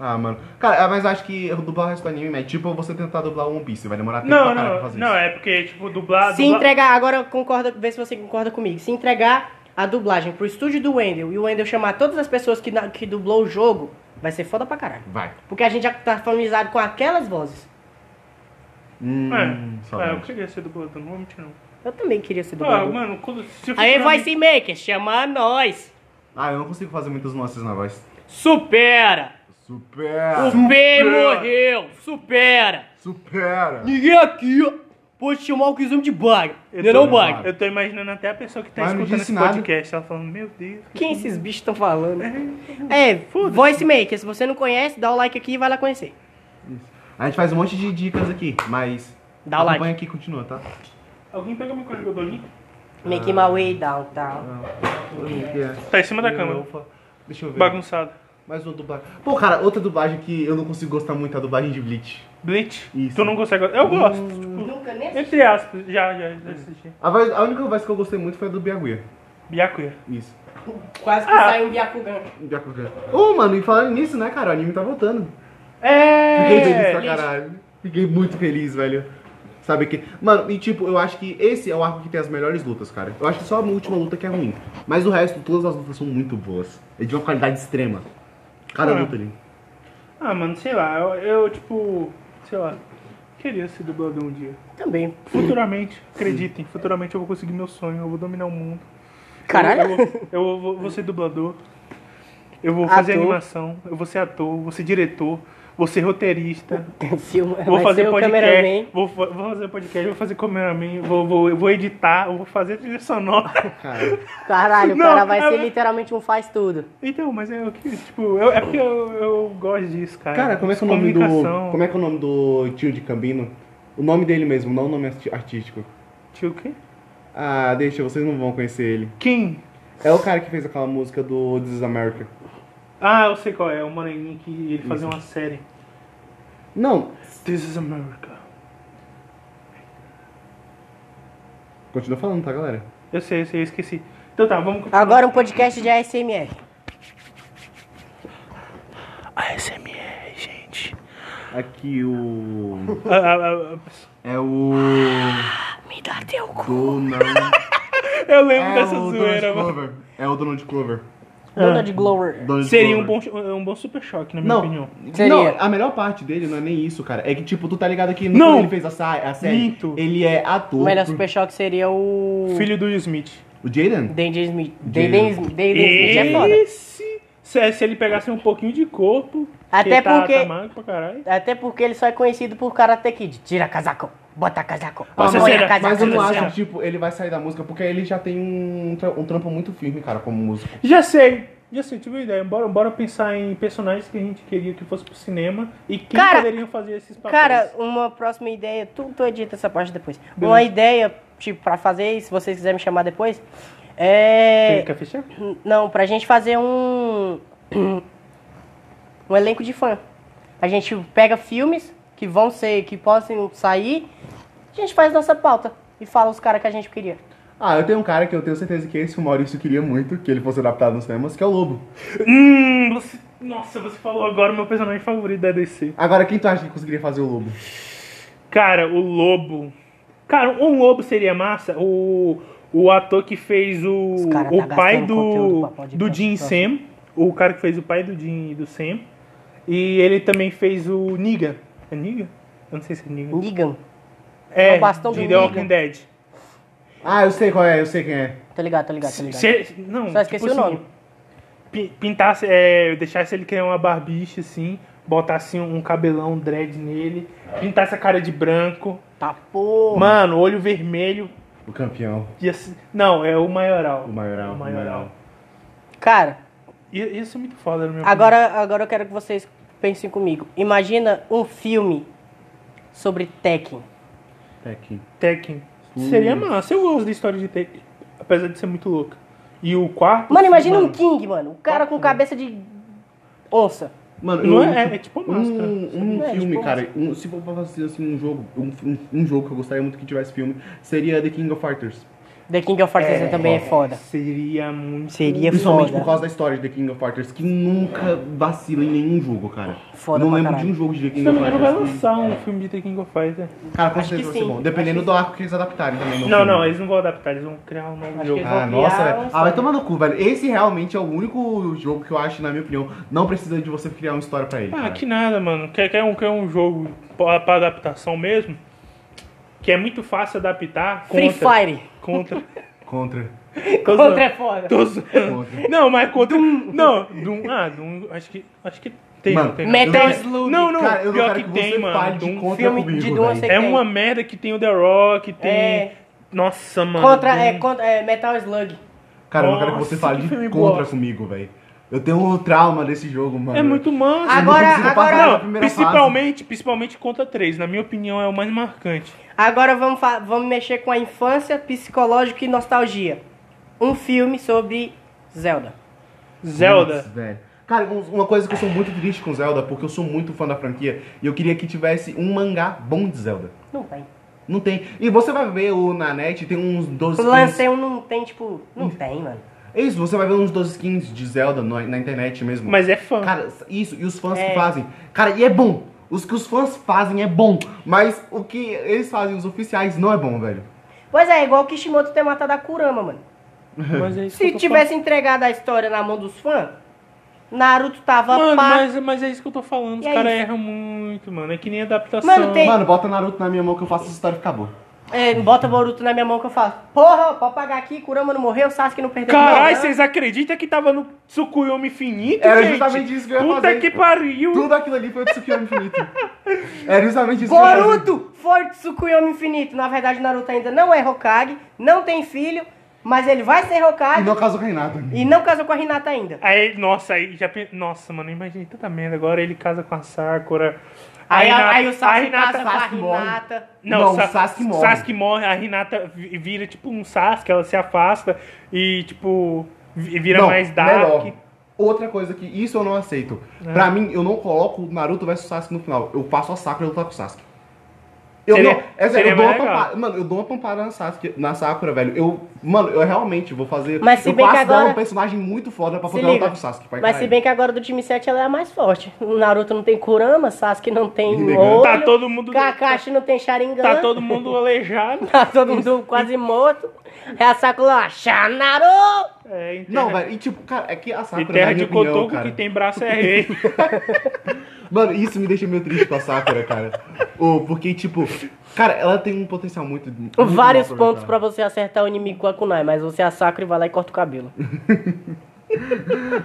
A: Ah, mano. Cara, mas acho que eu dublar o resto do anime é tipo você tentar dublar One Piece. Vai demorar tempo
B: Não,
A: pra caralho pra
B: não,
A: fazer
B: não,
A: isso.
B: é porque, tipo, dublar.
C: Se
B: dublar-
C: entregar, agora concorda, vê se você concorda comigo. Se entregar a dublagem pro estúdio do Wendel e o Wendel chamar todas as pessoas que, na- que dublou o jogo, vai ser foda pra caralho.
A: Vai.
C: Porque a gente já tá familiarizado com aquelas vozes.
A: Hum,
B: É, é, eu
A: saudade.
B: queria ser dublador, não vou mentir não.
C: Eu também queria ser
B: Ah,
C: dublador.
B: mano, quando. Se eu for
C: Aí,
B: pra mim-
C: Voice Maker, chama nós.
A: Ah, eu não consigo fazer muitas nuances na voz.
C: Supera!
A: Supera!
C: O Pei morreu! Supera!
A: Supera!
C: Ninguém aqui ó, pode chamar o Kizumi de bug.
B: Eu
C: Não é
B: tô-
C: não, bug.
B: Eu tô imaginando até a pessoa que tá
A: Mas não
B: escutando
A: disse
B: esse
A: nada.
B: podcast, ela falando, meu Deus.
C: Quem esses bichos estão falando? É, Voice Maker, se você não conhece, dá o like aqui e vai lá conhecer.
A: A gente faz um monte de dicas aqui, mas.
C: Dá o like.
A: Acompanha aqui e continua, tá?
B: Alguém pega meu código do link?
C: Making my way downtown.
B: Tá em cima da cama,
A: Opa, Deixa eu ver.
B: bagunçado.
A: Mais uma dublagem. Pô, cara, outra dublagem que eu não consigo gostar muito é a dublagem de Bleach.
B: Bleach?
A: Isso. Hum.
B: Tu não consegue. Eu gosto, tipo.
C: Nunca né? nem
B: Entre aspas, já, já, já assisti.
A: A, voz- a única voz que eu gostei muito foi a do Byakuya.
B: Byakuya.
A: Isso.
C: Quase que
B: Ah.
C: sai um Byakugan.
A: Byakuya. Ô, mano, e falando nisso, né, cara? O anime tá voltando. Fiquei feliz (laughs) pra
B: É!
A: caralho. Fiquei muito feliz, velho. Sabe que. Mano, e tipo, eu acho que esse é o arco que tem as melhores lutas, cara. Eu acho que só a última luta que é ruim. Mas o resto, todas as lutas são muito boas. É de uma qualidade extrema. Cada
B: Ah.
A: luta ali.
B: Ah, mano, sei lá, eu, eu, tipo. Sei lá. Queria ser dublador um dia.
C: Também.
B: Futuramente, acreditem, futuramente eu vou conseguir meu sonho, eu vou dominar o mundo.
C: Caralho.
B: Eu, vou- eu vou, vou ser dublador. Eu vou fazer
C: Ator.
B: animação, eu vou ser ator, vou ser diretor, vou ser roteirista,
C: (laughs) Filma,
B: vou
C: vai
B: fazer
C: ser o
B: podcast,
C: cameraman.
B: vou, fa- vou fazer podcast, vou fazer cameraman, vou, vou, eu vou editar, eu vou fazer trilha sonora. (laughs)
A: Cara.
C: Caralho, o
B: Não,
C: cara vai
B: é-
C: ser literalmente um faz tudo.
B: Então, mas é o que, tipo, eu- é porque eu, eu gosto disso, cara.
A: Cara, como é que é o nome do.
B: Ah, Comunicação.
A: Como é que é o nome do tio de Cambino? O nome dele mesmo, não o nome arti- artístico.
B: Tio, o quê?
A: Ah, deixa, vocês não vão conhecer ele.
B: Quem?
A: É o cara que fez aquela música do This is America.
B: Ah, eu sei qual é, o Moreninho que ele fazia uma série.
A: Não,
B: This is America.
A: continua falando, tá, galera?
B: Eu sei, eu sei, eu esqueci. Então tá, vamos continuar.
C: Agora um podcast de ASMR.
B: ASMR, gente.
A: Aqui o.
B: Ah, ah, ah,
A: É o.
C: Me dá teu cu.
A: Donald. (laughs)
B: Eu lembro
A: É
B: dessa
A: o
B: zoeira,
A: Donald
B: mano.
A: Glover. É o Donald Glover.
C: Dona de Glover.
A: Donald
B: Seria um
A: Glover.
B: bom, um bom super choque, na minha
A: Não,
B: opinião.
C: Seria.
A: não, a melhor parte dele não é nem isso, cara. É que, tipo, tu tá ligado que
B: Não.
A: quando ele fez a, sa- a série,
B: Minto.
A: ele é ator.
C: O melhor super choque seria o.
B: Filho do Will Smith.
A: O Jaden?
C: Denden Smith. Denden
A: Jaden.
C: Smith. Denden Smith é foda.
B: Esse, se, se ele pegasse um pouquinho de corpo,
C: Até
B: que tá,
C: porque-
B: tá magro pra caralho.
C: Até porque ele só é conhecido por Karate Kid. Tira casaco, bota casaco,
B: Ah, mas
C: põe
B: será-
C: casaco.
A: Mas eu não
B: Mas
A: acho
B: é.
A: que, tipo, ele vai sair da música, porque ele já tem um, tra- um trampo muito firme, cara, como músico.
B: Já sei, já sei, tive uma ideia. Bora, bora pensar em personagens que a gente queria que fosse pro cinema e quem
C: Cara,
B: poderiam fazer esses papéis.
C: Cara, uma próxima ideia, tu, tu edita essa parte depois. Uma ideia, tipo, pra fazer, e se vocês quiserem me chamar depois,
B: Você
C: é...
B: quer fechar?
C: Não, pra gente fazer um... Um elenco de fã. A gente pega filmes que vão ser, que possam sair, a gente faz nossa pauta e fala os caras que a gente queria.
A: Ah, eu tenho um cara que eu tenho certeza que esse o Maurício queria muito, que ele fosse adaptado nos cinemas, que é o Lobo.
B: Hum, você- nossa, você falou agora o meu personagem favorito da DC.
A: Agora, quem tu acha que conseguiria fazer o Lobo?
B: Cara, o Lobo. Cara, um Lobo seria massa. O, o ator que fez o,
C: Os cara tá
B: o pai
C: gastando conteúdo
B: do,
C: pra podcast
B: do Jim
C: próximo.
B: Sam. O cara que fez o pai do Jim e do Sam. E ele também fez o Niga. É Niga? Eu não sei se é
A: Uhum.
B: Niga.
C: Negan,
B: É,
C: o bastão
B: de
C: do
B: The
C: Negan.
B: Walking Dead.
A: Ah, eu sei qual é, eu sei quem é.
C: tô ligado, tô tá ligado, tô ligado.
B: Se- não,
C: Só esqueci
B: tipo
C: o
B: assim,
C: nome.
B: pi- pintasse, é, deixasse ele criar uma barbicha assim, botasse um cabelão, um dread nele, pintasse a cara de branco.
C: Tá porra.
B: Mano, olho vermelho.
A: O campeão.
B: ia se- não, é o maioral.
A: O maioral.
B: O maioral.
C: Cara...
B: I- Isso é muito foda no meu
C: Agora, agora eu quero que vocês pensem comigo. Imagina um filme sobre Tekken.
A: É aqui.
B: Tekken. Seria massa. Eu gosto da história de Tekken. Apesar de ser muito louca. E o quarto.
C: Mano, imagina
B: mano,
C: um King, mano. Um cara com cabeça de onça.
A: Mano,
B: Não
A: eu-
B: é- é tipo
C: Hum.
B: uma máscara.
A: Um, um
C: É,
A: filme,
C: tipo
A: cara, um- se for pra fazer assim um jogo, um, um- um jogo que eu gostaria muito que tivesse filme, seria The King of Fighters.
C: The King of Fighters também é foda.
B: Seria muito.
C: Seria
A: Principalmente
C: foda.
A: por causa da história de The King of Fighters, que nunca vacila em nenhum jogo, cara.
C: Foda
A: Não
C: pra
A: lembro
C: caralho.
A: de um jogo de The
B: Se
A: King
B: não
A: of
B: me engano, vai
A: Fighters.
B: lançar um filme de The King of Fighter.
A: Cara, com
C: Acho que
A: certeza vai ser
C: sim.
A: bom. Dependendo do arco que eles adaptarem também. no
B: Não,
A: filme.
B: não, eles não vão adaptar, eles vão criar um novo
C: Acho
B: jogo.
C: que
A: Ah,
C: Vão criar
A: nossa, velho.
C: um
A: Ah, vai
C: filme.
A: tomar no cu, velho. Esse realmente é o único jogo que eu acho, na minha opinião, não precisa de você criar uma história pra ele.
B: Ah,
A: cara.
B: que nada, mano. Quer, quer, um, quer um jogo pra, pra adaptação mesmo? Que é muito fácil adaptar.
C: Free
B: contra-
C: Fire. (laughs)
B: Contra.
A: Contra.
B: Tô zoando.
C: Contra é foda.
B: Tô zoando.
A: Contra.
B: Não, mas contra. Não, Doom. Ah, Doom. Acho que. Acho que tem.
A: Mano,
B: não tem
C: Metal
B: Não,
C: Slug.
B: Não, não.
A: Cara, eu não
B: pior
A: quero
B: que,
A: que
B: tem,
A: você
B: mano. Um
A: fale de
B: Doom.
A: contra
C: É, filme
A: comigo,
C: de duas
A: velho.
B: É uma merda que tem o The Rock, tem.
C: É.
B: Nossa, mano.
C: Contra,
B: Doom.
C: é, contra é Metal Slug.
A: Cara, eu não quero que
B: Nossa,
A: você fale
B: que
A: de
B: filme
A: contra
B: bosta.
A: comigo, velho. Eu tenho um trauma desse jogo, mano.
B: É muito manso.
C: Agora-
A: Eu não consigo passar
C: agora-
A: da
B: Não,
A: primeira fase.
B: principalmente, principalmente contra 3, na minha opinião, é o mais marcante.
C: Agora vamos, fa- vamos mexer com a infância, psicológico e nostalgia. Um filme sobre Zelda.
B: Zelda.
A: Putz, velho. Cara, um- uma coisa que eu sou muito triste com Zelda, porque eu sou muito fã da franquia, e eu queria que tivesse um mangá bom de Zelda.
C: Não tem.
A: Não tem. E você vai ver o na net, tem uns 12
C: Eu
A: skins.
C: lancei um, não tem, tipo, não tem, mano.
A: É Isso, você vai ver uns 12 skins de Zelda no- na internet mesmo.
B: Mas é fã.
A: Cara, isso, e os fãs que fazem. Cara, e é bom. Os que os fãs fazem é bom. Mas o que eles fazem, os oficiais, não é bom, velho.
C: Pois é, igual o Kishimoto ter matado a Kurama, mano.
B: Mas é isso que
C: Se
B: eu tô
C: tivesse entregado a história na mão dos fãs, Naruto tava
B: falando. Mano,
C: pá.
B: mas, mas é isso que eu tô falando. Os
C: E é
B: caras
C: isso.
B: erram muito, mano. É que nem adaptação.
C: Mano, tem-
A: Mano, bota Naruto na minha mão que eu faço essa história ficar boa.
C: É, bota Boruto na minha mão que eu falo. Porra, pode pagar aqui, Kurama não morreu, Sasuke não perdeu.
B: Caralho,
C: não,
B: vocês acreditam que tava no Tsukuyomi infinito,
A: é. Era
B: gente?
A: justamente isso que eu ia
B: Puta
A: fazer.
B: que pariu.
A: Tudo aquilo ali foi o Tsukiyomi Infinito. Era justamente isso que eu ia fazer.
C: Boruto foi Tsukuyomi infinito. Na verdade, Naruto ainda não é Hokage, não tem filho, mas ele vai ser
A: E
C: Hokage
A: no caso do Renato.
C: e não casou com a Hinata ainda.
B: Aí, nossa, aí já pe- Nossa, mano, imaginei tanta merda. Agora ele casa com a Sakura. a
C: Aí,
B: Hinata-
C: aí o
B: a
C: Sasuke
B: Hinata-
C: casa com a
A: Sasuke morre.
C: Hinata.
B: Não,
A: Não,
B: o Sa-
A: o Sasuke morre.
B: Sasuke morre, a Renata vi- vira tipo um Sasuke, ela se afasta e tipo vi- vira
A: não,
B: mais dark.
A: melhor. Outra coisa que isso eu não aceito.
B: É.
A: Pra mim, eu não coloco o Naruto versus Sasuke no final. Eu passo a Sakura e lutar com o Sasuke. Eu
B: Seria-
A: não. É sério,
B: seria
A: eu dou uma
B: mais legal.
A: pampa- Mano, eu dou uma pampada na, Sasuke, na Sakura, velho. Eu Mano, eu realmente vou fazer.
C: Mas se
A: eu
C: bem que
A: quase
C: agora-
A: dar um personagem muito foda pra
C: Se
A: poder lutar
C: liga.
A: com o Sasuke. Pai,
C: Mas se bem que agora do time 7 ela é a mais forte. O Naruto não tem Kurama, Sasuke não tem
A: Rinnegan.
C: olho,
B: Tá todo mundo.
C: Kakashi não tem Sharingan.
B: Tá todo mundo aleijado.
C: Tá todo mundo quase morto. É a Sakura lá, Shanaru!
B: É, em
A: Não,
B: terra-
A: velho, e tipo, cara, é que a Sakura,
B: Em terra
A: na minha
B: de
A: opinião,
B: cotoco
A: cara...
B: que tem
A: (laughs)
B: braço é rei.
A: Mano, isso me deixa meio triste com a Sakura, cara. Ou porque, tipo, cara, ela tem um potencial muito. muito
C: Vários
A: mal
C: pontos pra
A: aproveitar.
C: você acertar o inimigo com a Kunai, mas você é a Sakura e vai lá e corta o cabelo.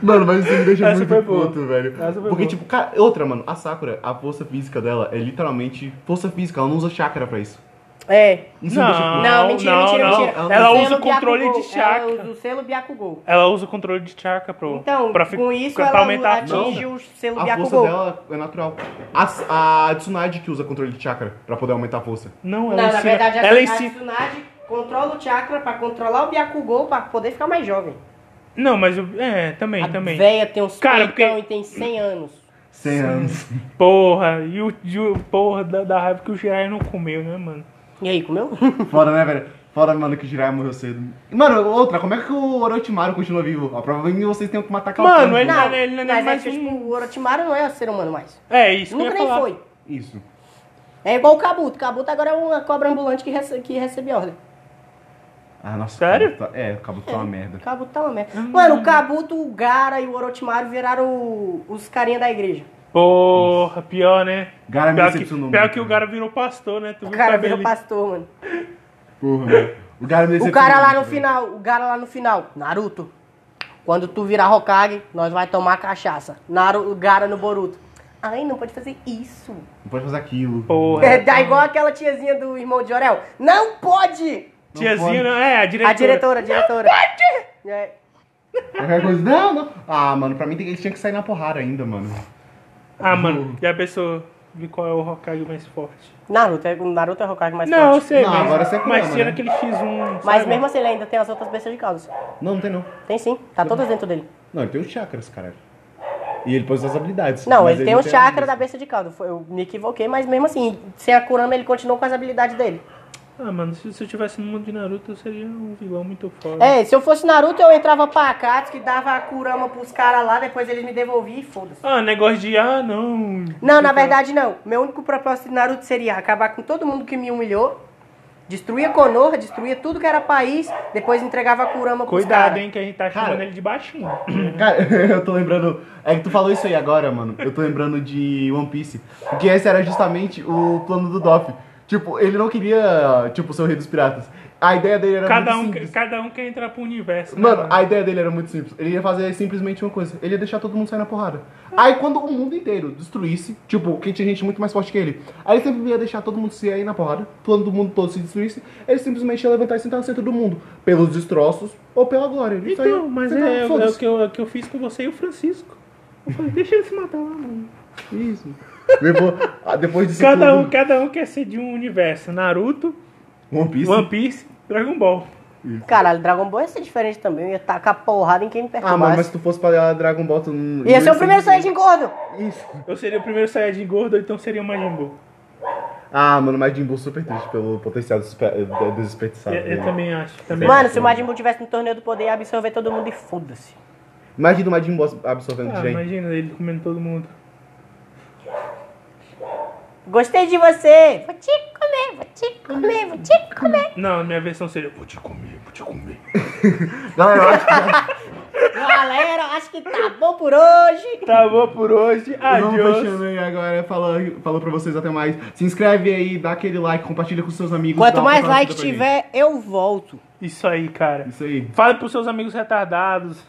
A: Mano, mas isso me deixa
B: Essa
A: muito
B: foi boa.
A: puto, velho.
B: Essa foi
A: porque,
B: boa.
A: tipo, cara, outra, mano, a Sakura, a força física dela é literalmente força física, ela não usa chácara pra isso. tipo,
C: É.
A: Isso me deixa
B: Não,
A: puto.
C: Não, mentira,
B: não,
C: mentira,
B: não.
C: mentira.
B: Ela
A: O
B: usa
C: selo
B: o controle
C: Byakugou.
B: de chakra.
C: Ela usa o selo Byakugou.
B: Ela usa o controle de chakra pro.
C: Então,
B: pra fi-
C: com isso
B: pra
C: ela
B: aumentar a
A: Não,
C: atinge
A: velho.
C: o selo
A: A força
C: Byakugou.
A: dela é natural. A, a Tsunade que usa controle de chakra pra poder aumentar a força.
B: Não,
C: Não,
B: ela
C: na
B: ensina.
C: verdade a,
B: ela
C: a
B: ensina.
C: Tsunade controla o chakra pra controlar o Byakugou pra poder ficar mais jovem.
B: Não, mas eu. É, também,
C: A
B: também.
C: véia tem uns
B: Cara,
C: peitão
B: porque-
C: e tem 100 anos.
A: 100 anos.
B: Porra, e o, e o- porra da, da raiva que o Gerard não comeu, né, mano?
C: E aí, comeu?
A: Foda, né, velho? Foda, mano, que o Jiraiya morreu cedo. Mano, outra, como é que o Orochimaru continua vivo? Ah, provavelmente vocês tenham que matar aquela
B: Mano,
A: planta.
B: ele- não- ele não é
C: mas
B: mais
C: é que,
B: um-
C: tipo, o Orochimaru não é ser humano mais.
B: É, isso
C: Nunca
B: que eu ia
C: nem
B: falar.
C: foi.
A: Isso.
C: É igual o Kabuto. O Kabuto agora é uma cobra ambulante que, rece- que recebe ordem.
A: Ah, nossa.
B: Sério?
A: Kabuto- É, o Kabuto tá uma merda.
C: O Kabuto tá uma merda.
B: Hum.
C: Mano, o Kabuto, o Gara e o Orochimaru viraram o- os carinha da igreja.
B: Porra, pior, né?
A: Gara me
B: pior que,
A: decepcionou
B: pior
A: muito,
B: que o
A: né?
B: cara virou pastor, né? Tu
C: O
B: viu
C: cara
B: cabelo
C: virou
B: ali?
C: pastor, mano.
A: Porra, velho. O cara, me
C: O
A: decepcionou
C: cara lá
A: muito,
C: no
A: velho.
C: final, o cara lá no final, Naruto. Quando tu virar Hokage, nós vai tomar cachaça. Naru, o Gara no Boruto. Ai, não pode fazer isso.
A: Não pode fazer aquilo.
B: Porra.
C: É, dá igual aquela tiazinha do irmão de Orel. Não pode!
A: Não
B: Tiazinha,
A: pode.
B: não, é, a diretora.
C: A diretora, a diretora. É.
A: Qualquer coisa. Não, não. Ah, mano, pra mim tem- ele tinha que sair na porrada ainda, mano.
B: Ah, mano,
A: Uhum.
B: já pensou em qual é o Hokage mais forte?
C: Naruto, é- o Naruto é o Hokage mais
B: não, eu
C: forte.
B: sei,
A: Não,
B: mas,
A: agora você clama,
B: mas tinha
A: né?
B: aquele X1.
C: Mas
B: sabe?
C: mesmo assim, ele ainda tem as outras bestas de causa.
A: Não, não tem não.
C: Tem sim, tá todas dentro dele.
A: Não, ele tem os chakras, caralho. E ele pode usar as habilidades.
C: Não,
A: mas
C: ele tem o
A: não a
C: chakra da
A: cabeça.
C: besta de caldo. Foi- Eu me equivoquei, mas mesmo assim, sem a Kurama, ele continuou com as habilidades dele.
B: Ah, mano, se, se eu tivesse no mundo de Naruto, eu seria um vilão muito foda.
C: É, se eu fosse Naruto, eu entrava pra Akatsuki, dava a Kurama pros caras lá, depois eles me devolviam e foda-se.
B: Ah, negócio de. Ah, não.
C: Não, na verdade não. Meu único propósito de Naruto seria acabar com todo mundo que me humilhou, destruir a Konoha, destruir tudo que era país, depois entregava a Kurama pros
B: Cuidado,
C: cara.
B: hein, que a gente tá
A: Cara.
B: chamando ele de baixinho.
A: Cara, (laughs) eu tô lembrando. É que tu falou isso aí agora, mano. Eu tô lembrando de One Piece. Porque esse era justamente o plano do Doff. Tipo, ele não queria, tipo, ser o rei dos piratas. A ideia dele era
B: cada,
A: muito
B: um,
A: simples.
B: cada um quer entrar pro universo. né,
A: Mano, a ideia dele era muito simples. Ele ia fazer simplesmente uma coisa. Ele ia deixar todo mundo sair na porrada. Aí quando o mundo inteiro destruísse, tipo, que tinha gente muito mais forte que ele, aí ele sempre ia deixar todo mundo se aí na porrada. Quando o mundo todo se destruísse, ele simplesmente ia levantar e sentar no centro do mundo. Pelos destroços ou pela glória. Ele só ia
B: Então, mas
A: sentar,
B: é, é o
A: foda-se.
B: que eu, é o que eu fiz com você e o Francisco. Eu falei, deixa ele se matar lá, mano.
A: Isso. Depois, ah, depois disso
B: Cada um,
A: tudo,
B: cada um quer ser de um universo. Naruto,
A: One Piece.
B: um. One Piece, Dragon Ball.
C: Caralho, Dragon Ball ia ser diferente também. Eu ia tacar porrada em quem me
A: Ah, mano, mas
C: perturbasse.
A: se tu fosse pra Dragon Ball, tu não...
C: É Ia ser o primeiro Saiyajin gordo.
A: Isso.
B: Eu seria o primeiro Saiyajin gordo, ou então seria o Majin Buu.
A: Ah, mano, mas Majin Buu super triste pelo potencial desespe- eh, desperdiçado
B: Eu, eu
A: dele.
B: também acho. Também
C: Mano, se o Majin Buu tivesse no torneio do poder, ia absorver todo mundo e foda-se.
A: Imagina o Majin Buu absorvendo
B: Ah,
A: gente.
B: imagina ele comendo todo mundo.
C: Gostei de você! Vou te comer, vou te comer, vou te comer.
B: Não, minha versão seria, vou te comer, vou te comer.
A: Galera, eu acho que
C: Galera, acho que tá bom por hoje.
B: Tá bom por hoje,
A: vamos
B: adiós.
A: fechando aí agora. Falou, falou pra vocês até mais. Se inscreve aí, dá aquele like, compartilha com seus amigos. dá
C: Quanto
A: uma
C: mais
A: fortalecida
C: like
A: pra gente.
C: tiver, eu volto.
B: Isso aí, cara.
A: Isso aí.
B: Fala pros seus amigos retardados,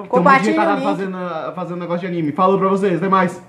A: Tem um monte de
C: Compartilha o
A: retardado
C: link.
A: fazendo, fazendo negócio de anime. Falou pra vocês, até mais.